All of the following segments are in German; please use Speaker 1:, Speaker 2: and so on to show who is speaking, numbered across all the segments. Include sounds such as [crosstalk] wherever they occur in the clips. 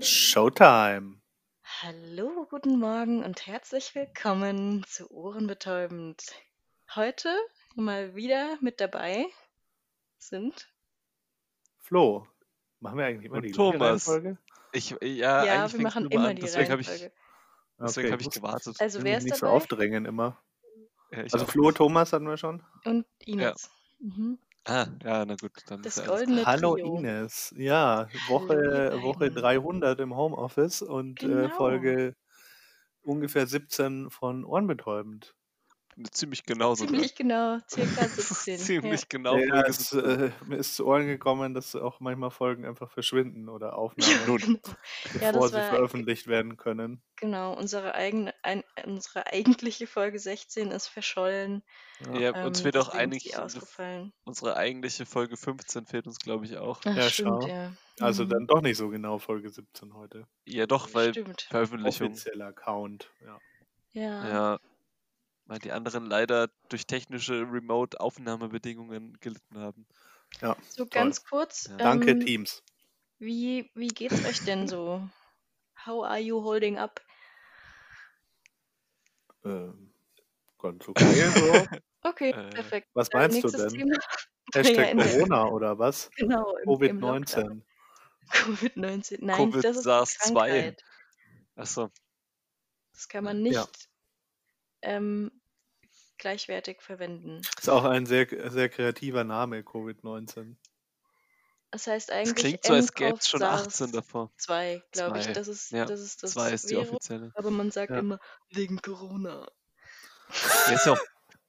Speaker 1: Showtime.
Speaker 2: Hallo, guten Morgen und herzlich willkommen zu Ohrenbetäubend. Heute mal wieder mit dabei sind.
Speaker 1: Flo, machen wir eigentlich immer die
Speaker 3: Thomas.
Speaker 1: Folge?
Speaker 3: Ich, ja,
Speaker 2: ja,
Speaker 3: Ah, eigentlich
Speaker 2: wir
Speaker 3: fängst
Speaker 2: machen
Speaker 3: du mal
Speaker 2: immer
Speaker 3: an,
Speaker 2: die
Speaker 3: deswegen habe ich,
Speaker 2: Reihenfolge.
Speaker 3: deswegen
Speaker 1: Okay,
Speaker 3: hab ich
Speaker 1: wusste
Speaker 3: gewartet. Hm,
Speaker 2: Also
Speaker 1: Ich
Speaker 2: wer
Speaker 1: will mich
Speaker 2: ist
Speaker 1: nicht
Speaker 2: dabei?
Speaker 1: so aufdrängen immer.
Speaker 3: Ja, ich
Speaker 1: Also
Speaker 3: auch.
Speaker 1: Flo, Thomas hatten wir schon.
Speaker 2: und Ines. Mhm.
Speaker 3: Ah, ja, na gut, dann
Speaker 2: Das
Speaker 3: ist ja alles
Speaker 2: goldene
Speaker 1: Hallo
Speaker 2: Trio.
Speaker 1: Ines. Ja,
Speaker 2: Hallo,
Speaker 1: Woche,
Speaker 2: ihr
Speaker 1: Woche
Speaker 2: beiden.
Speaker 1: 300 im Homeoffice und äh,
Speaker 2: Genau.
Speaker 1: Folge ungefähr 17 von Ohrenbetäubend.
Speaker 3: klar. ziemlich genau sogar.
Speaker 2: Ziemlich genau, circa
Speaker 3: [laughs] Das ist
Speaker 2: 17.
Speaker 3: ziemlich
Speaker 2: ja.
Speaker 3: genau.
Speaker 1: ja,
Speaker 3: Folge
Speaker 1: es, äh, mir ist zu Ohren gekommen, dass auch manchmal Folgen einfach verschwinden oder
Speaker 2: Ja,
Speaker 1: [laughs]
Speaker 2: [laughs]
Speaker 1: Aufnahmen,
Speaker 2: genau. Ja,
Speaker 1: bevor
Speaker 2: das
Speaker 1: sie
Speaker 2: war
Speaker 1: veröffentlicht werden können.
Speaker 2: genau unsere eigene, ein, unsere eigentliche Folge 16 ist verschollen.
Speaker 3: siebzehn. Ja, uns
Speaker 2: ähm,
Speaker 3: fehlt auch
Speaker 2: deswegen ist die
Speaker 3: eigentlich
Speaker 2: ausgefallen.
Speaker 3: unsere eigentliche Folge 15 fehlt uns glaube ich auch.
Speaker 2: Ach,
Speaker 1: Ja,
Speaker 2: stimmt,
Speaker 1: schau.
Speaker 2: ja.
Speaker 1: Also
Speaker 2: Mhm.
Speaker 1: dann doch nicht so genau Folge 17 heute.
Speaker 3: Ja, doch, weil
Speaker 2: Stimmt.
Speaker 3: Veröffentlichung.
Speaker 1: Offizieller Count. Ja.
Speaker 2: Ja.
Speaker 3: Ja. Weil die anderen leider durch technische Remote-Aufnahmebedingungen gelitten haben.
Speaker 2: So ganz kurz.
Speaker 3: Ja.
Speaker 2: Ähm,
Speaker 1: Danke, Teams.
Speaker 2: Wie, wie geht's euch denn so? How are you holding up?
Speaker 1: Ähm, ganz
Speaker 2: [laughs]
Speaker 1: okay. So.
Speaker 2: Okay,
Speaker 3: Äh,
Speaker 2: perfekt.
Speaker 1: Was
Speaker 2: Dann
Speaker 1: meinst du
Speaker 2: nächstes
Speaker 1: denn?
Speaker 2: Thema. [laughs]
Speaker 1: Hashtag
Speaker 2: in der-
Speaker 1: Corona oder was?
Speaker 2: Genau. im- im Lockdown.
Speaker 1: Covid-19.
Speaker 2: Covid-19. Nein,
Speaker 3: Covid
Speaker 2: das ist eine
Speaker 3: SARS-2.
Speaker 2: Krankheit.
Speaker 3: Achso,
Speaker 2: Das kann man nicht
Speaker 1: Ja.
Speaker 2: ähm, gleichwertig verwenden.
Speaker 1: Ist auch ein sehr, sehr kreativer Name,
Speaker 2: [laughs]
Speaker 1: Covid-19.
Speaker 2: Das heißt
Speaker 3: es
Speaker 2: eigentlich.
Speaker 3: klingt so, als
Speaker 2: N
Speaker 3: gäbe es
Speaker 2: kauft
Speaker 3: schon 18 davor.
Speaker 2: 2, glaube ich.
Speaker 3: Zwei.
Speaker 2: Das ist,
Speaker 3: Ja,
Speaker 2: das, ist das
Speaker 3: Zwei ist die
Speaker 2: Virus,
Speaker 3: offizielle.
Speaker 2: aber man sagt
Speaker 1: Ja.
Speaker 2: immer wegen Corona.
Speaker 3: Ja, ist
Speaker 1: [laughs]
Speaker 3: ja auch.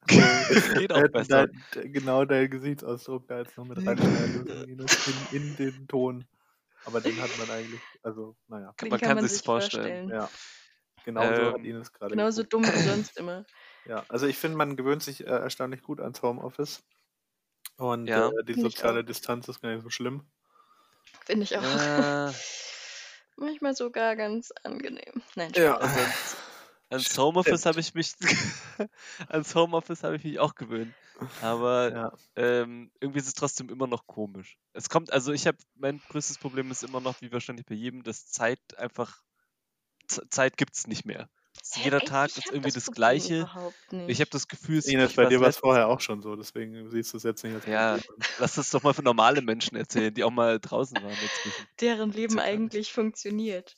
Speaker 3: geht auch
Speaker 1: Hätten
Speaker 3: besser.
Speaker 1: dein- genau dein Gesichtsausdruck da jetzt noch mit reinschneiden müssen, Ines, in, in den Ton. Aber den hat man eigentlich, also naja,
Speaker 3: Kann-
Speaker 2: Den
Speaker 3: man
Speaker 2: kann
Speaker 3: kann
Speaker 2: man
Speaker 3: sich's
Speaker 2: sich vorstellen.
Speaker 3: vorstellen.
Speaker 1: ja. Genauso hat
Speaker 3: Ähm,
Speaker 1: Ines gerade.
Speaker 2: Genauso
Speaker 1: geguckt.
Speaker 2: dumm
Speaker 3: [clears throat]
Speaker 2: wie sonst immer.
Speaker 1: Ja, also ich finde, man gewöhnt sich äh, erstaunlich gut ans Homeoffice. Und
Speaker 3: Ja.
Speaker 1: äh, die
Speaker 2: Find ich
Speaker 1: soziale
Speaker 2: auch.
Speaker 1: Distanz ist gar nicht so schlimm.
Speaker 2: Finde ich auch.
Speaker 1: [laughs]
Speaker 3: Ja,
Speaker 2: [laughs] Manchmal sogar ganz angenehm. Nein,
Speaker 3: also ans, ans Homeoffice habe ich mich [laughs] ans Homeoffice habe ich mich auch gewöhnt. Aber
Speaker 1: Ja.
Speaker 3: ähm, irgendwie ist es trotzdem immer noch komisch. Es kommt, also ich habe mein größtes Problem ist immer noch, wie wahrscheinlich bei jedem, dass Zeit einfach Z- Zeit gibt es nicht mehr. Es-
Speaker 2: Hä,
Speaker 3: Jeder
Speaker 2: ey,
Speaker 3: Tag
Speaker 2: halt ich
Speaker 3: ist
Speaker 2: hab
Speaker 3: irgendwie das,
Speaker 2: Problem
Speaker 3: Gleiche.
Speaker 2: Überhaupt nicht.
Speaker 3: Ich habe das Gefühl, es
Speaker 1: Ines,
Speaker 3: ich
Speaker 1: bei dir war es
Speaker 3: letzt-
Speaker 1: vorher auch schon so, deswegen siehst du es jetzt nicht als
Speaker 3: Ja.
Speaker 1: Problem.
Speaker 3: Lass das doch mal für normale Menschen erzählen, die auch mal draußen waren dazwischen.
Speaker 2: deren Leben
Speaker 3: Zufall.
Speaker 2: eigentlich funktioniert.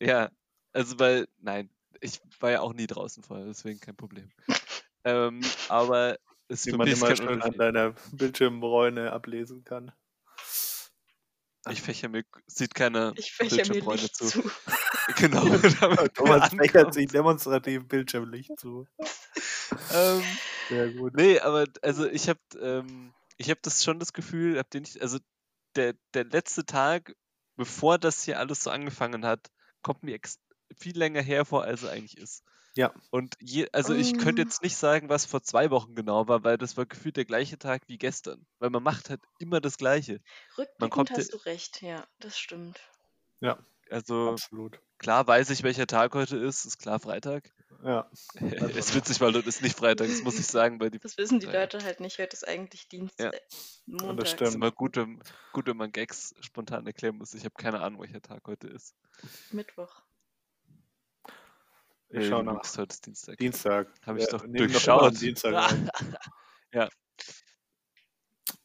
Speaker 3: Ja, also weil, nein, ich war ja auch nie draußen vorher, deswegen kein Problem. ähm, aber es
Speaker 1: Wie
Speaker 3: für
Speaker 1: man
Speaker 3: mich ist
Speaker 1: immer
Speaker 3: kein
Speaker 1: schön an
Speaker 3: Unterschied.
Speaker 1: deiner Bildschirmbräune ablesen
Speaker 3: [laughs]
Speaker 1: kann.
Speaker 3: Ich fächer mir, sieht keiner [laughs]
Speaker 2: Ich fächer mir
Speaker 3: Bildschirmbräune
Speaker 2: nicht
Speaker 3: zu.
Speaker 2: zu.
Speaker 3: [laughs] genau.
Speaker 1: [laughs]
Speaker 3: damit
Speaker 1: Thomas
Speaker 3: keiner
Speaker 1: fächert
Speaker 3: ankommt.
Speaker 1: sich demonstrativ Bildschirmlicht zu.
Speaker 3: Ähm,
Speaker 1: Sehr gut.
Speaker 3: nee, aber also ich habe ähm, ich habe das schon das Gefühl, hab den ich, also der, der letzte Tag, bevor das hier alles so angefangen hat, kommt mir ex viel länger hervor, als er eigentlich ist.
Speaker 1: Ja.
Speaker 3: Und je, also ich könnte
Speaker 2: Ähm.
Speaker 3: jetzt nicht sagen, was vor zwei Wochen genau war, weil das war gefühlt der gleiche Tag wie gestern. Weil man macht halt immer das Gleiche. kommt
Speaker 2: Rückblickend
Speaker 3: ja-
Speaker 2: hast du recht, ja, das stimmt.
Speaker 3: Also
Speaker 1: Absolut.
Speaker 3: klar weiß ich, welcher Tag heute ist. Ist klar Freitag. [laughs]
Speaker 1: Ja.
Speaker 3: ist witzig, weil heute ist nicht Freitag. Das muss ich sagen, weil die
Speaker 2: Das wissen die
Speaker 3: Ja.
Speaker 2: Leute halt nicht. Heute ist eigentlich Dienst.
Speaker 3: Ja.
Speaker 2: äh, Montag.
Speaker 1: stimmt.
Speaker 3: ist immer gut, wenn, gut, wenn man Gags spontan erklären muss. Ich habe keine Ahnung, welcher Tag heute ist.
Speaker 2: Mittwoch. [laughs]
Speaker 1: Ich
Speaker 3: Äh,
Speaker 1: schaue
Speaker 3: du
Speaker 1: nach.
Speaker 3: lügst, heute ist Dienstag.
Speaker 1: Dienstag.
Speaker 3: Habe ich
Speaker 1: Ja,
Speaker 3: doch
Speaker 1: nehmen immer
Speaker 3: durchschaut.
Speaker 1: am
Speaker 3: [laughs]
Speaker 1: Dienstag auf.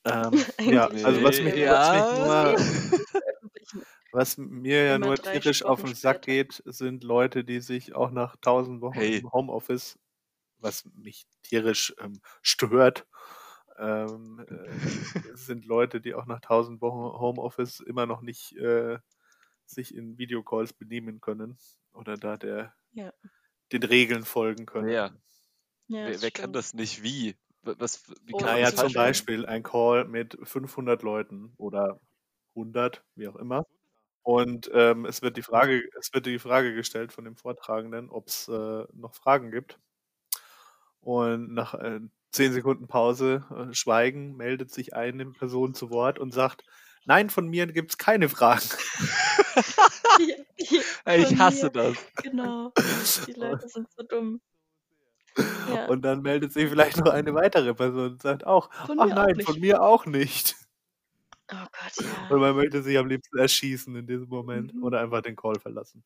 Speaker 1: Ähm, ja,
Speaker 2: Eigentlich
Speaker 1: also was
Speaker 2: Nee.
Speaker 1: mir,
Speaker 3: Ja.
Speaker 1: was mich nur, was mir ja
Speaker 2: Immer
Speaker 1: nur
Speaker 2: drei
Speaker 1: tierisch
Speaker 2: Stunden
Speaker 1: auf den Sack
Speaker 2: später.
Speaker 1: geht, sind Leute, die sich auch nach tausend Wochen
Speaker 3: Hey.
Speaker 1: im Homeoffice, was mich tierisch ähm, stört, ähm, äh, sind Leute, die auch nach tausend Wochen Homeoffice immer noch nicht äh, sich in Videocalls benehmen können oder da der
Speaker 2: Ja.
Speaker 1: den Regeln folgen können.
Speaker 3: Wer,
Speaker 2: Ja,
Speaker 3: wer, wer kann
Speaker 2: stimmt.
Speaker 3: das nicht? Wie? Wa- Was, wie
Speaker 2: Oh,
Speaker 3: kann man
Speaker 1: Naja,
Speaker 3: das
Speaker 2: also-
Speaker 1: zum
Speaker 3: falsch machen?
Speaker 1: Beispiel ein Call mit 500 Leuten oder 100, wie auch immer. Und ähm, es, wird die Frage, es wird die Frage gestellt von dem Vortragenden, ob es äh, noch Fragen gibt. Und nach äh, 10 Sekunden Pause, äh, Schweigen, meldet sich eine Person zu Wort und sagt, nein, von mir gibt es keine Fragen.
Speaker 2: [laughs] Die- die-
Speaker 3: Ey, ich
Speaker 2: von
Speaker 3: hasse
Speaker 2: mir,
Speaker 3: das.
Speaker 2: Genau.
Speaker 1: [laughs]
Speaker 2: Die Leute sind so dumm. Ja.
Speaker 1: Und dann meldet sich vielleicht noch eine weitere Person und sagt auch,
Speaker 2: Von
Speaker 1: ach
Speaker 2: mir auch
Speaker 1: nein,
Speaker 2: nicht."
Speaker 1: von mir auch nicht.
Speaker 2: Oh Gott, ja.
Speaker 1: Und man möchte sich am liebsten erschießen in diesem Moment
Speaker 2: Mhm.
Speaker 1: oder einfach den Call verlassen.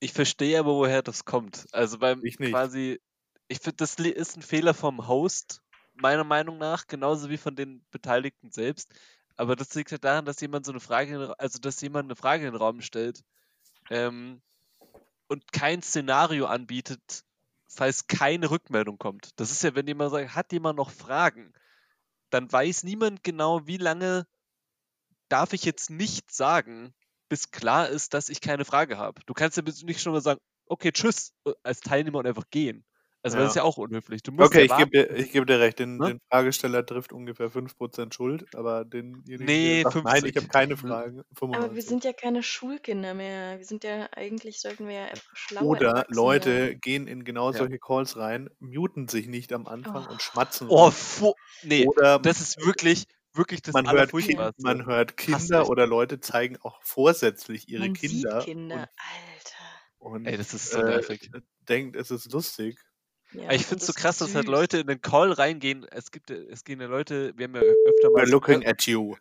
Speaker 3: Ich verstehe aber, woher das kommt. Also beim
Speaker 1: Ich nicht.
Speaker 3: quasi, ich finde, das li- ist ein Fehler vom Host, meiner Meinung nach, genauso wie von den Beteiligten selbst. Aber das liegt ja daran, dass jemand so eine Frage, in den Ra- also dass jemand eine Frage in den Raum stellt ähm, und kein Szenario anbietet, falls keine Rückmeldung kommt. Das ist ja, wenn jemand sagt, hat jemand noch Fragen, dann weiß niemand genau, wie lange darf ich jetzt nicht sagen, bis klar ist, dass ich keine Frage habe. Du kannst ja bis- nicht schon mal sagen, okay, tschüss, äh, als Teilnehmer und einfach gehen. Also das
Speaker 1: Ja.
Speaker 3: ist ja auch unhöflich. Du musst
Speaker 1: Okay,
Speaker 3: ja
Speaker 1: ich gebe
Speaker 3: warten.
Speaker 1: dir, ich geb dir recht. Den,
Speaker 3: Ne?
Speaker 1: den Fragesteller trifft ungefähr 5% Schuld, aber denjenigen,
Speaker 3: Nee,
Speaker 1: der sagt, nein, ich
Speaker 3: 50.
Speaker 1: habe keine
Speaker 3: Ne?
Speaker 1: Fragen.
Speaker 2: Aber wir
Speaker 1: 95.
Speaker 2: sind ja keine Schulkinder mehr. Wir sind ja, eigentlich sollten wir ja einfach schlaue
Speaker 1: Oder
Speaker 2: Erwachsene-
Speaker 1: Äh, Leute gehen in genau
Speaker 3: Ja.
Speaker 1: solche Calls rein, muten sich nicht am Anfang
Speaker 2: Oh.
Speaker 1: und schmatzen.
Speaker 3: Oh,
Speaker 1: rum.
Speaker 3: fu nee,
Speaker 1: oder
Speaker 3: das ist wirklich, wirklich das
Speaker 1: man, hört kind,
Speaker 3: Allerfurchtbarste.
Speaker 1: man hört
Speaker 3: Hasse
Speaker 1: Kinder
Speaker 3: ich.
Speaker 1: oder Leute zeigen auch vorsätzlich ihre
Speaker 2: Man
Speaker 1: Kinder,
Speaker 2: sieht Kinder, Alter.
Speaker 1: und, und
Speaker 3: Ey, das ist so
Speaker 1: äh,
Speaker 3: nervig.
Speaker 1: denkt, es ist lustig.
Speaker 2: Ja,
Speaker 1: Äh,
Speaker 3: Aber ich
Speaker 2: und
Speaker 3: finde es so
Speaker 2: das
Speaker 3: krass, dass halt
Speaker 2: süß.
Speaker 3: Leute in den Call reingehen. Es gibt, ja- es gehen ja Leute, wir haben ja öfter mal.
Speaker 1: We're looking at you.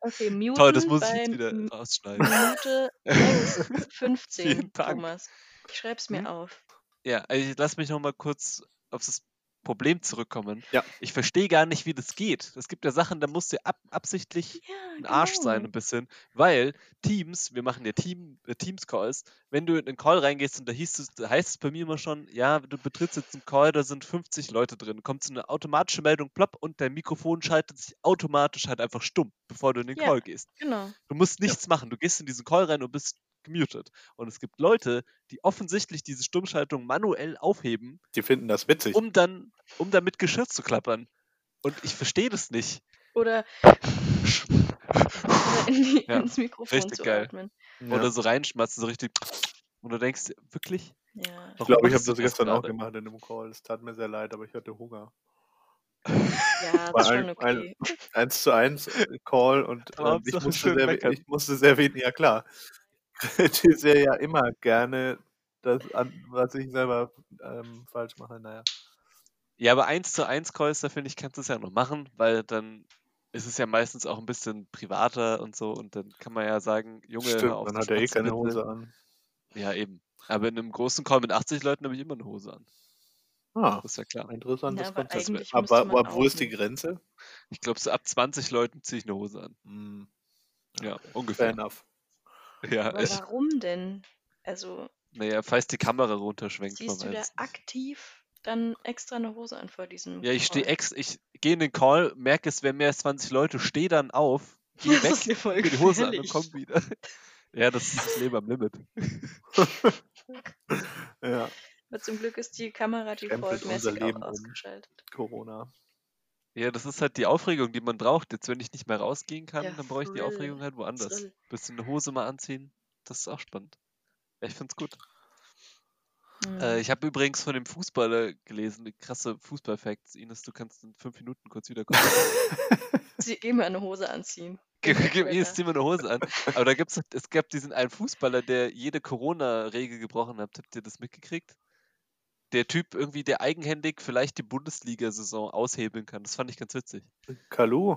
Speaker 2: Okay, muten
Speaker 3: Toll, das muss ich
Speaker 2: bei
Speaker 3: jetzt wieder [laughs]
Speaker 2: M- [laughs]
Speaker 3: rausschneiden.
Speaker 2: Minute 6, 15,
Speaker 3: Vielen Dank.
Speaker 2: Thomas. Ich schreib's mir
Speaker 3: Hm?
Speaker 2: auf.
Speaker 3: Ja, also ich lass mich nochmal kurz auf das Problem zurückkommen.
Speaker 1: Ja.
Speaker 3: Ich verstehe gar nicht, wie das geht. Es gibt ja Sachen, da musst du ab, absichtlich
Speaker 2: Ja,
Speaker 3: ein
Speaker 2: genau.
Speaker 3: Arsch sein ein bisschen, weil Teams, wir machen ja Team, äh, Teams-Calls, wenn du in einen Call reingehst und da, hieß es, da heißt es bei mir immer schon, ja, du betrittst jetzt einen Call, da sind 50 Leute drin, kommt so eine automatische Meldung, plopp, und dein Mikrofon schaltet sich automatisch halt einfach stumm, bevor du in den
Speaker 2: Ja.
Speaker 3: Call gehst.
Speaker 2: Genau.
Speaker 3: Du musst nichts machen. Du gehst in diesen Call rein und bist gemutet. Und es gibt Leute, die offensichtlich diese Stummschaltung manuell aufheben,
Speaker 1: Die finden das witzig.
Speaker 3: um dann, um damit Geschirr zu klappern. Und ich verstehe das nicht.
Speaker 2: Oder, [laughs] oder in die,
Speaker 3: Ja,
Speaker 2: ins Mikrofon
Speaker 3: richtig
Speaker 2: zu
Speaker 3: geil.
Speaker 2: atmen.
Speaker 1: Ja.
Speaker 3: Oder so reinschmatzen, so richtig. Und du denkst, dir, wirklich?
Speaker 2: Ja.
Speaker 1: ich
Speaker 3: Warum
Speaker 1: glaube, ich habe
Speaker 3: machst
Speaker 1: das
Speaker 3: du
Speaker 1: gestern auch
Speaker 3: gerade?
Speaker 1: gemacht in dem Call. Es tat mir sehr leid, aber ich hatte Hunger. [laughs]
Speaker 2: Ja,
Speaker 1: Bei
Speaker 2: das ist schon
Speaker 1: allen- allen-
Speaker 2: okay.
Speaker 1: Eins zu eins äh, Call
Speaker 3: [laughs]
Speaker 1: und
Speaker 3: Aber
Speaker 1: ähm, ich,
Speaker 3: Hauptsache
Speaker 1: musste
Speaker 3: schön
Speaker 1: sehr, we-
Speaker 3: meckern.
Speaker 1: ich musste sehr wenig, ja klar. [laughs] Die sehr ja immer gerne das an, was ich selber ähm, falsch mache, naja.
Speaker 3: Ja, aber 1 zu 1 Calls, da finde ich, kannst du es ja noch machen, weil dann ist es ja meistens auch ein bisschen privater und so. Und dann kann man ja sagen, Junge, hör
Speaker 1: Stimmt,
Speaker 3: auf
Speaker 1: man
Speaker 3: zu
Speaker 1: hat ja eh
Speaker 3: schmatzen,
Speaker 1: keine
Speaker 3: bitte.
Speaker 1: Hose an.
Speaker 3: Ja, eben. Aber in einem großen Call mit 80 Leuten habe ich immer eine Hose an.
Speaker 1: Ah,
Speaker 3: Das ist ja klar.
Speaker 1: interessantes
Speaker 2: Na, aber
Speaker 1: Konzept.
Speaker 2: eigentlich
Speaker 1: Aber,
Speaker 2: müsste man
Speaker 1: aber wo ist die
Speaker 2: auch-
Speaker 1: Grenze?
Speaker 3: Ich glaube, so ab 20 Leuten ziehe ich eine Hose an.
Speaker 1: Hm,
Speaker 3: Ja,
Speaker 1: fair
Speaker 3: ungefähr.
Speaker 1: enough.
Speaker 3: Ja,
Speaker 2: Aber
Speaker 3: ich,
Speaker 2: warum denn? Also,
Speaker 3: naja, falls die Kamera runterschwenkt. Man
Speaker 2: ziehst du da
Speaker 3: weiß es nicht.
Speaker 2: aktiv dann extra eine Hose an vor diesem.
Speaker 3: Ja, ich stehe
Speaker 2: Call?
Speaker 3: ex, ich gehe in den Call, merke es, wenn mehr als 20 Leute, stehe dann auf, gehe
Speaker 2: [laughs] Das ist
Speaker 3: weg,
Speaker 2: ja voll
Speaker 3: ziehe die Hose an und
Speaker 2: gefährlich.
Speaker 3: komm wieder. [laughs] Ja, das ist das Leben am Limit.
Speaker 1: Ja,
Speaker 2: Aber zum Glück ist die Kamera
Speaker 1: Stempelt unser
Speaker 2: defaultmäßig auch
Speaker 1: Leben um.
Speaker 2: ausgeschaltet.
Speaker 1: Corona.
Speaker 3: Ja, das ist halt die Aufregung, die man braucht. Jetzt, wenn ich nicht mehr rausgehen kann,
Speaker 2: Ja,
Speaker 3: dann brauche ich die
Speaker 2: Thrill,
Speaker 3: Aufregung halt woanders.
Speaker 2: Thrill.
Speaker 3: Bisschen eine Hose mal anziehen, das ist auch spannend. Ja, Ich find's gut.
Speaker 2: Hm.
Speaker 3: Äh, ich habe übrigens von dem Fußballer gelesen, eine krasse Fußball-Facts. Ines, du kannst in fünf Minuten kurz wiederkommen.
Speaker 2: Sie eh mal eine Hose
Speaker 3: [laughs]
Speaker 2: anziehen.
Speaker 3: Gib,
Speaker 2: Geht
Speaker 3: gib,
Speaker 2: weiter.
Speaker 3: Ines, zieh mal eine Hose an. Aber da gibt's, halt- es gab diesen einen Fußballer, der jede Corona-Regel gebrochen hat. Habt ihr das mitgekriegt? Der Typ irgendwie, der eigenhändig vielleicht die Bundesliga-Saison aushebeln kann. Das fand ich ganz witzig.
Speaker 1: Kalu,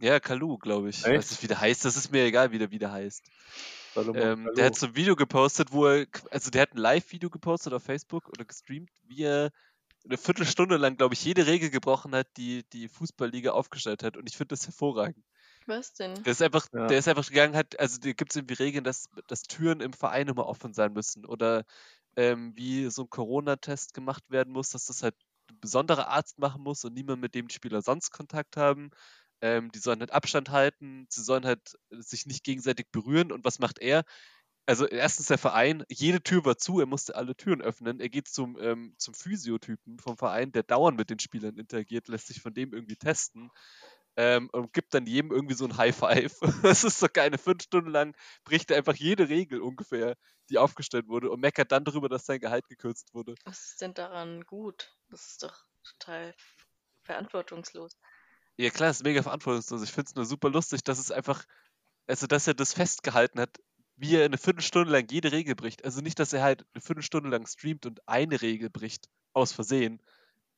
Speaker 3: Ja, Kalu, glaube ich.
Speaker 1: Echt?
Speaker 3: Weiß nicht, wie der heißt. Das ist mir egal, wie der wieder heißt.
Speaker 1: Salomon
Speaker 3: Ähm,
Speaker 1: Kalou.
Speaker 3: der hat so ein Video gepostet, wo er, qu- also der hat ein Live-Video gepostet auf Facebook oder gestreamt, wie er eine Viertelstunde lang, glaube ich, jede Regel gebrochen hat, die die Fußballliga aufgestellt hat. Und ich finde das hervorragend.
Speaker 2: Was denn?
Speaker 3: Der ist einfach,
Speaker 1: Ja.
Speaker 3: der ist einfach gegangen, hat, also da gibt es irgendwie Regeln, dass, dass Türen im Verein immer offen sein müssen oder ähm, wie so ein Corona-Test gemacht werden muss, dass das halt ein besonderer Arzt machen muss und niemand, mit dem die Spieler sonst Kontakt haben. Ähm, die sollen halt Abstand halten, sie sollen halt äh, sich nicht gegenseitig berühren. Und was macht er? Also erstens der Verein, jede Tür war zu, er musste alle Türen öffnen. Er geht zum, ähm, zum Physiotypen vom Verein, der dauernd mit den Spielern interagiert, lässt sich von dem irgendwie testen ähm, und gibt dann jedem irgendwie so ein High Five. [laughs] Das ist so keine fünf Stunden lang, bricht er einfach jede Regel ungefähr, die aufgestellt wurde und meckert dann darüber, dass sein Gehalt gekürzt wurde.
Speaker 2: Was ist denn daran gut? Das ist doch total verantwortungslos.
Speaker 3: Ja klar, ist mega verantwortungslos. Ich finde es nur super lustig, dass es einfach, also dass er das festgehalten hat, wie er eine Viertelstunde lang jede Regel bricht. Also nicht, dass er halt eine Viertelstunde lang streamt und eine Regel bricht, aus Versehen.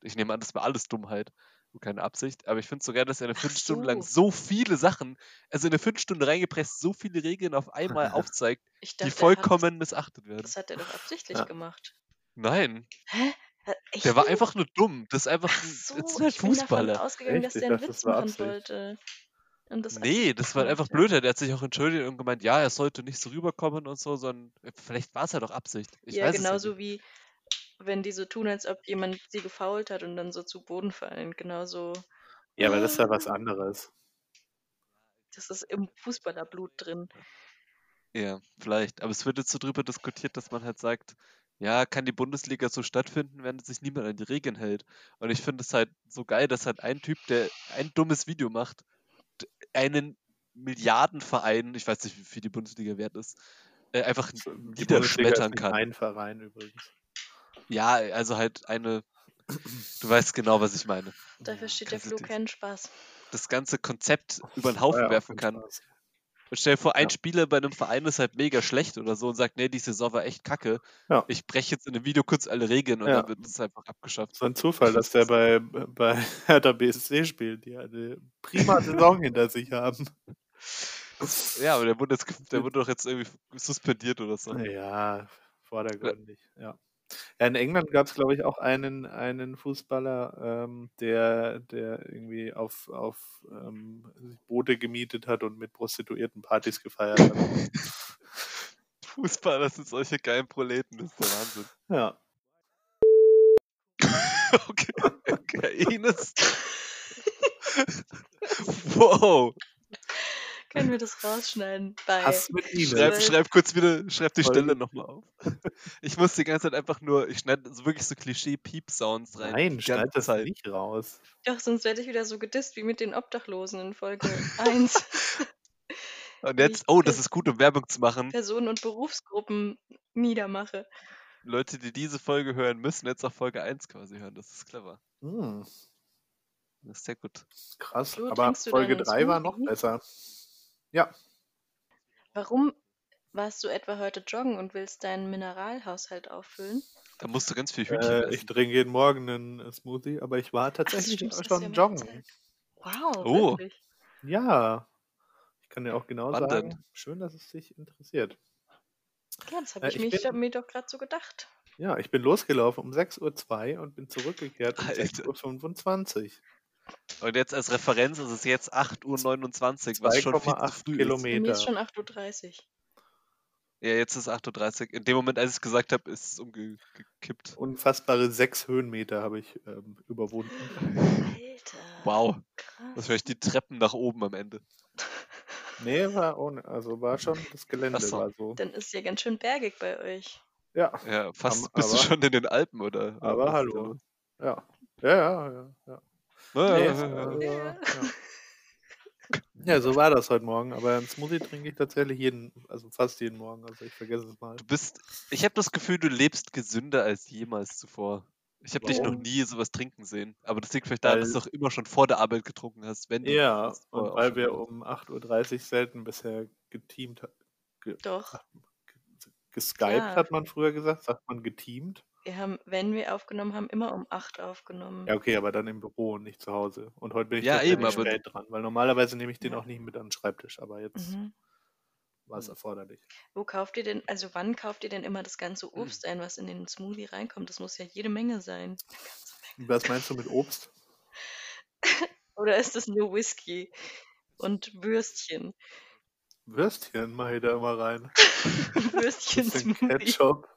Speaker 3: Ich nehme an, das war alles Dummheit. Gut, keine Absicht, aber ich finde es so geil, dass er eine
Speaker 2: Ach
Speaker 3: Viertelstunde
Speaker 2: so.
Speaker 3: lang so viele Sachen, also in eine Viertelstunde reingepresst, so viele Regeln auf einmal aufzeigt,
Speaker 2: Ich
Speaker 3: die
Speaker 2: dachte, er
Speaker 3: vollkommen missachtet
Speaker 2: Hat,
Speaker 3: werden.
Speaker 2: das hat er doch absichtlich
Speaker 1: Ja.
Speaker 2: gemacht.
Speaker 3: Nein,
Speaker 2: Hä? Äh, Echt?
Speaker 3: der war
Speaker 2: nicht?
Speaker 3: einfach nur dumm. Das ist einfach
Speaker 2: Ach
Speaker 3: ein,
Speaker 2: so,
Speaker 3: das ist halt
Speaker 2: ich bin davon
Speaker 3: Fußballer.
Speaker 2: ausgegangen,
Speaker 1: Echt?
Speaker 2: dass
Speaker 1: Ich
Speaker 2: der einen
Speaker 1: dachte, das
Speaker 2: Witz
Speaker 1: war
Speaker 2: machen
Speaker 1: Absicht.
Speaker 2: wollte. Und das
Speaker 3: Nee, das war halt einfach
Speaker 2: blöd.
Speaker 3: blöder. Der hat sich auch entschuldigt und gemeint, ja, er sollte nicht so rüberkommen und so, sondern vielleicht war es ja doch Absicht. Ich
Speaker 2: ja,
Speaker 3: weiß es ja
Speaker 2: genauso
Speaker 3: nicht.
Speaker 2: wie wenn die so tun, als ob jemand sie gefault hat und dann so zu Boden fallen. Genau Genauso,
Speaker 1: Ja, aber das ist ja was anderes.
Speaker 2: das ist im Fußballerblut drin.
Speaker 3: Ja, vielleicht. Aber es wird jetzt so drüber diskutiert, dass man halt sagt, ja, kann die Bundesliga so stattfinden, wenn sich niemand an die Regeln hält. Und ich finde es halt so geil, dass halt ein Typ, der ein dummes Video macht, d- einen Milliardenverein, ich weiß nicht, wie viel die Bundesliga wert ist, äh, einfach
Speaker 1: Die Bundesliga ist
Speaker 3: niederschmettern
Speaker 1: nicht
Speaker 3: kann.
Speaker 1: ein Verein übrigens.
Speaker 3: Ja, also halt eine, du weißt genau, was ich meine.
Speaker 2: Dafür steht der
Speaker 3: kannst du
Speaker 2: Flo
Speaker 3: die-
Speaker 2: keinen Spaß.
Speaker 3: Das ganze Konzept über den Haufen
Speaker 1: Ja,
Speaker 3: werfen
Speaker 1: kein
Speaker 3: kann.
Speaker 1: Spaß.
Speaker 3: Und stell dir vor, ein
Speaker 1: Ja.
Speaker 3: Spieler bei einem Verein ist halt mega schlecht oder so und sagt, nee, die Saison war echt kacke.
Speaker 1: Ja.
Speaker 3: Ich breche jetzt in einem Video kurz alle Regeln und
Speaker 1: Ja.
Speaker 3: dann wird es einfach abgeschafft.
Speaker 1: So ein Zufall, dass der bei, bei [laughs] Hertha BSC spielt, die eine
Speaker 3: [laughs]
Speaker 1: prima Saison hinter sich haben.
Speaker 3: Ja, aber der wurde, jetzt, ge- der wurde doch jetzt irgendwie suspendiert oder so.
Speaker 1: Ja, vordergründig, ja. ja in England gab es, glaube ich, auch einen, einen Fußballer, ähm, der, der irgendwie auf, auf ähm, sich Boote gemietet hat und mit Prostituierten Partys gefeiert hat.
Speaker 3: [laughs] Fußball, das sind solche geilen Proleten, das ist der
Speaker 1: [laughs]
Speaker 3: Wahnsinn.
Speaker 1: Ja.
Speaker 3: Okay, okay Ines. Wow.
Speaker 2: Können wir das rausschneiden? Bei
Speaker 1: Hast mit Ines.
Speaker 3: Schreib,
Speaker 2: Weil-
Speaker 3: schreib kurz wieder, schreib die
Speaker 1: Voll
Speaker 3: Stelle
Speaker 1: gut.
Speaker 3: nochmal auf. Ich muss die ganze Zeit einfach nur, ich schneide so wirklich so Klischee-Piep-Sounds rein.
Speaker 1: Nein,
Speaker 3: die
Speaker 1: schneid
Speaker 3: ganze
Speaker 1: das
Speaker 3: Zeit.
Speaker 1: nicht raus.
Speaker 2: Doch, sonst werde ich wieder so gedisst wie mit den Obdachlosen in Folge 1.
Speaker 3: Und
Speaker 2: Wie
Speaker 3: jetzt,
Speaker 2: ich
Speaker 3: oh, das
Speaker 2: Pers-
Speaker 3: ist gut, um Werbung zu
Speaker 2: [laughs]
Speaker 3: machen.
Speaker 2: Personen und Berufsgruppen niedermache.
Speaker 3: Leute, die diese Folge hören, müssen jetzt auch Folge 1 quasi hören. Das ist clever.
Speaker 1: Hm,
Speaker 3: Das ist sehr gut.
Speaker 1: krass.
Speaker 2: Flo,
Speaker 1: Aber
Speaker 2: trinkst du
Speaker 1: Folge
Speaker 2: deinen
Speaker 1: 3 war noch
Speaker 2: Smoothie?
Speaker 1: besser.
Speaker 2: Warum warst du etwa heute joggen und willst deinen Mineralhaushalt auffüllen?
Speaker 3: Da musst du ganz viel Hühnchen
Speaker 1: Äh, ich
Speaker 3: essen.
Speaker 1: trinke jeden Morgen einen äh, Smoothie, aber ich war tatsächlich
Speaker 2: stimmt, das ist
Speaker 1: schon
Speaker 2: ja
Speaker 1: joggen.
Speaker 2: Mahlzeit. Wow,
Speaker 3: Oh.
Speaker 2: wirklich.
Speaker 1: Ja. Ich kann dir auch genau
Speaker 3: Wann
Speaker 1: sagen,
Speaker 3: denn?
Speaker 1: schön, dass es dich interessiert.
Speaker 2: Ja, das habe
Speaker 1: Äh,
Speaker 2: ich,
Speaker 1: ich
Speaker 2: mich-
Speaker 1: bin-
Speaker 2: hab mir doch gerade so gedacht.
Speaker 1: Ja, ich bin losgelaufen um 6.02 Uhr und bin zurückgekehrt um
Speaker 3: Alter.
Speaker 1: 6.25
Speaker 3: Und jetzt als Referenz ist es jetzt 8.29 Uhr,
Speaker 1: Uhr.
Speaker 3: was schon viel zu
Speaker 1: 2,8
Speaker 3: früh ist.
Speaker 2: Bei mir ist
Speaker 1: Kilometer.
Speaker 2: schon 8.30 Uhr.
Speaker 3: Ja, jetzt ist 8.30 Uhr. In dem Moment, als ich es gesagt habe, ist es umgekippt.
Speaker 1: Unfassbare sechs Höhenmeter habe ich ähm, überwunden.
Speaker 2: Alter.
Speaker 3: Wow, das
Speaker 2: Krass.
Speaker 3: war ich die Treppen nach oben am Ende.
Speaker 1: Nee, war ohne, also war schon, das Gelände
Speaker 3: Ach so.
Speaker 1: war so.
Speaker 2: Dann ist ja ganz schön bergig bei euch.
Speaker 1: Ja,
Speaker 3: Ja, fast
Speaker 1: Am-
Speaker 3: bist du
Speaker 1: aber-
Speaker 3: schon in den Alpen, oder? oder
Speaker 1: aber
Speaker 3: was ist da
Speaker 1: hallo.
Speaker 3: los?
Speaker 1: Ja. Ja, ja, ja. ja.
Speaker 3: Ja,
Speaker 1: Nee,
Speaker 3: ja, ja, ja.
Speaker 1: also,
Speaker 2: ja.
Speaker 1: ja. ja, so war das heute Morgen. Aber einen Smoothie trinke ich tatsächlich jeden, also fast jeden Morgen. Also ich vergesse es mal.
Speaker 3: Du bist, ich habe das Gefühl, du lebst gesünder als jemals zuvor. Ich habe dich noch
Speaker 1: Warum?
Speaker 3: nie sowas trinken sehen. Aber das liegt vielleicht daran, dass du
Speaker 1: Weil-
Speaker 3: auch immer schon vor der Arbeit getrunken hast, wenn du
Speaker 1: Ja,
Speaker 3: das vorher
Speaker 1: und
Speaker 3: auch
Speaker 1: weil
Speaker 3: schon
Speaker 1: wir
Speaker 3: gemacht
Speaker 1: um 8.30 Uhr selten bisher geteamt haben.
Speaker 2: Doch,
Speaker 1: Geskyped
Speaker 2: Klar.
Speaker 1: hat man früher gesagt, sagt man geteamt.
Speaker 2: wir haben, wenn wir aufgenommen haben, immer um 8 aufgenommen.
Speaker 1: Ja, okay, aber dann im Büro und nicht zu Hause. Und heute bin ich
Speaker 3: Ja,
Speaker 1: tatsächlich
Speaker 3: eben, aber-
Speaker 1: spät dran, weil normalerweise nehme ich den
Speaker 2: Ja.
Speaker 1: auch nicht mit an den Schreibtisch, aber jetzt
Speaker 2: Mhm.
Speaker 1: war es erforderlich.
Speaker 2: Wo kauft ihr denn, also wann kauft ihr denn immer das ganze
Speaker 1: Hm.
Speaker 2: Obst ein, was in den Smoothie reinkommt? Das muss ja jede Menge sein.
Speaker 1: Was meinst du mit Obst?
Speaker 2: Oder ist das nur Whisky und
Speaker 1: [laughs]
Speaker 2: Würstchen? [laughs]
Speaker 1: Würstchen mache ich da immer rein.
Speaker 2: Würstchen
Speaker 1: Bisschen
Speaker 2: Smoothie.
Speaker 1: Ketchup.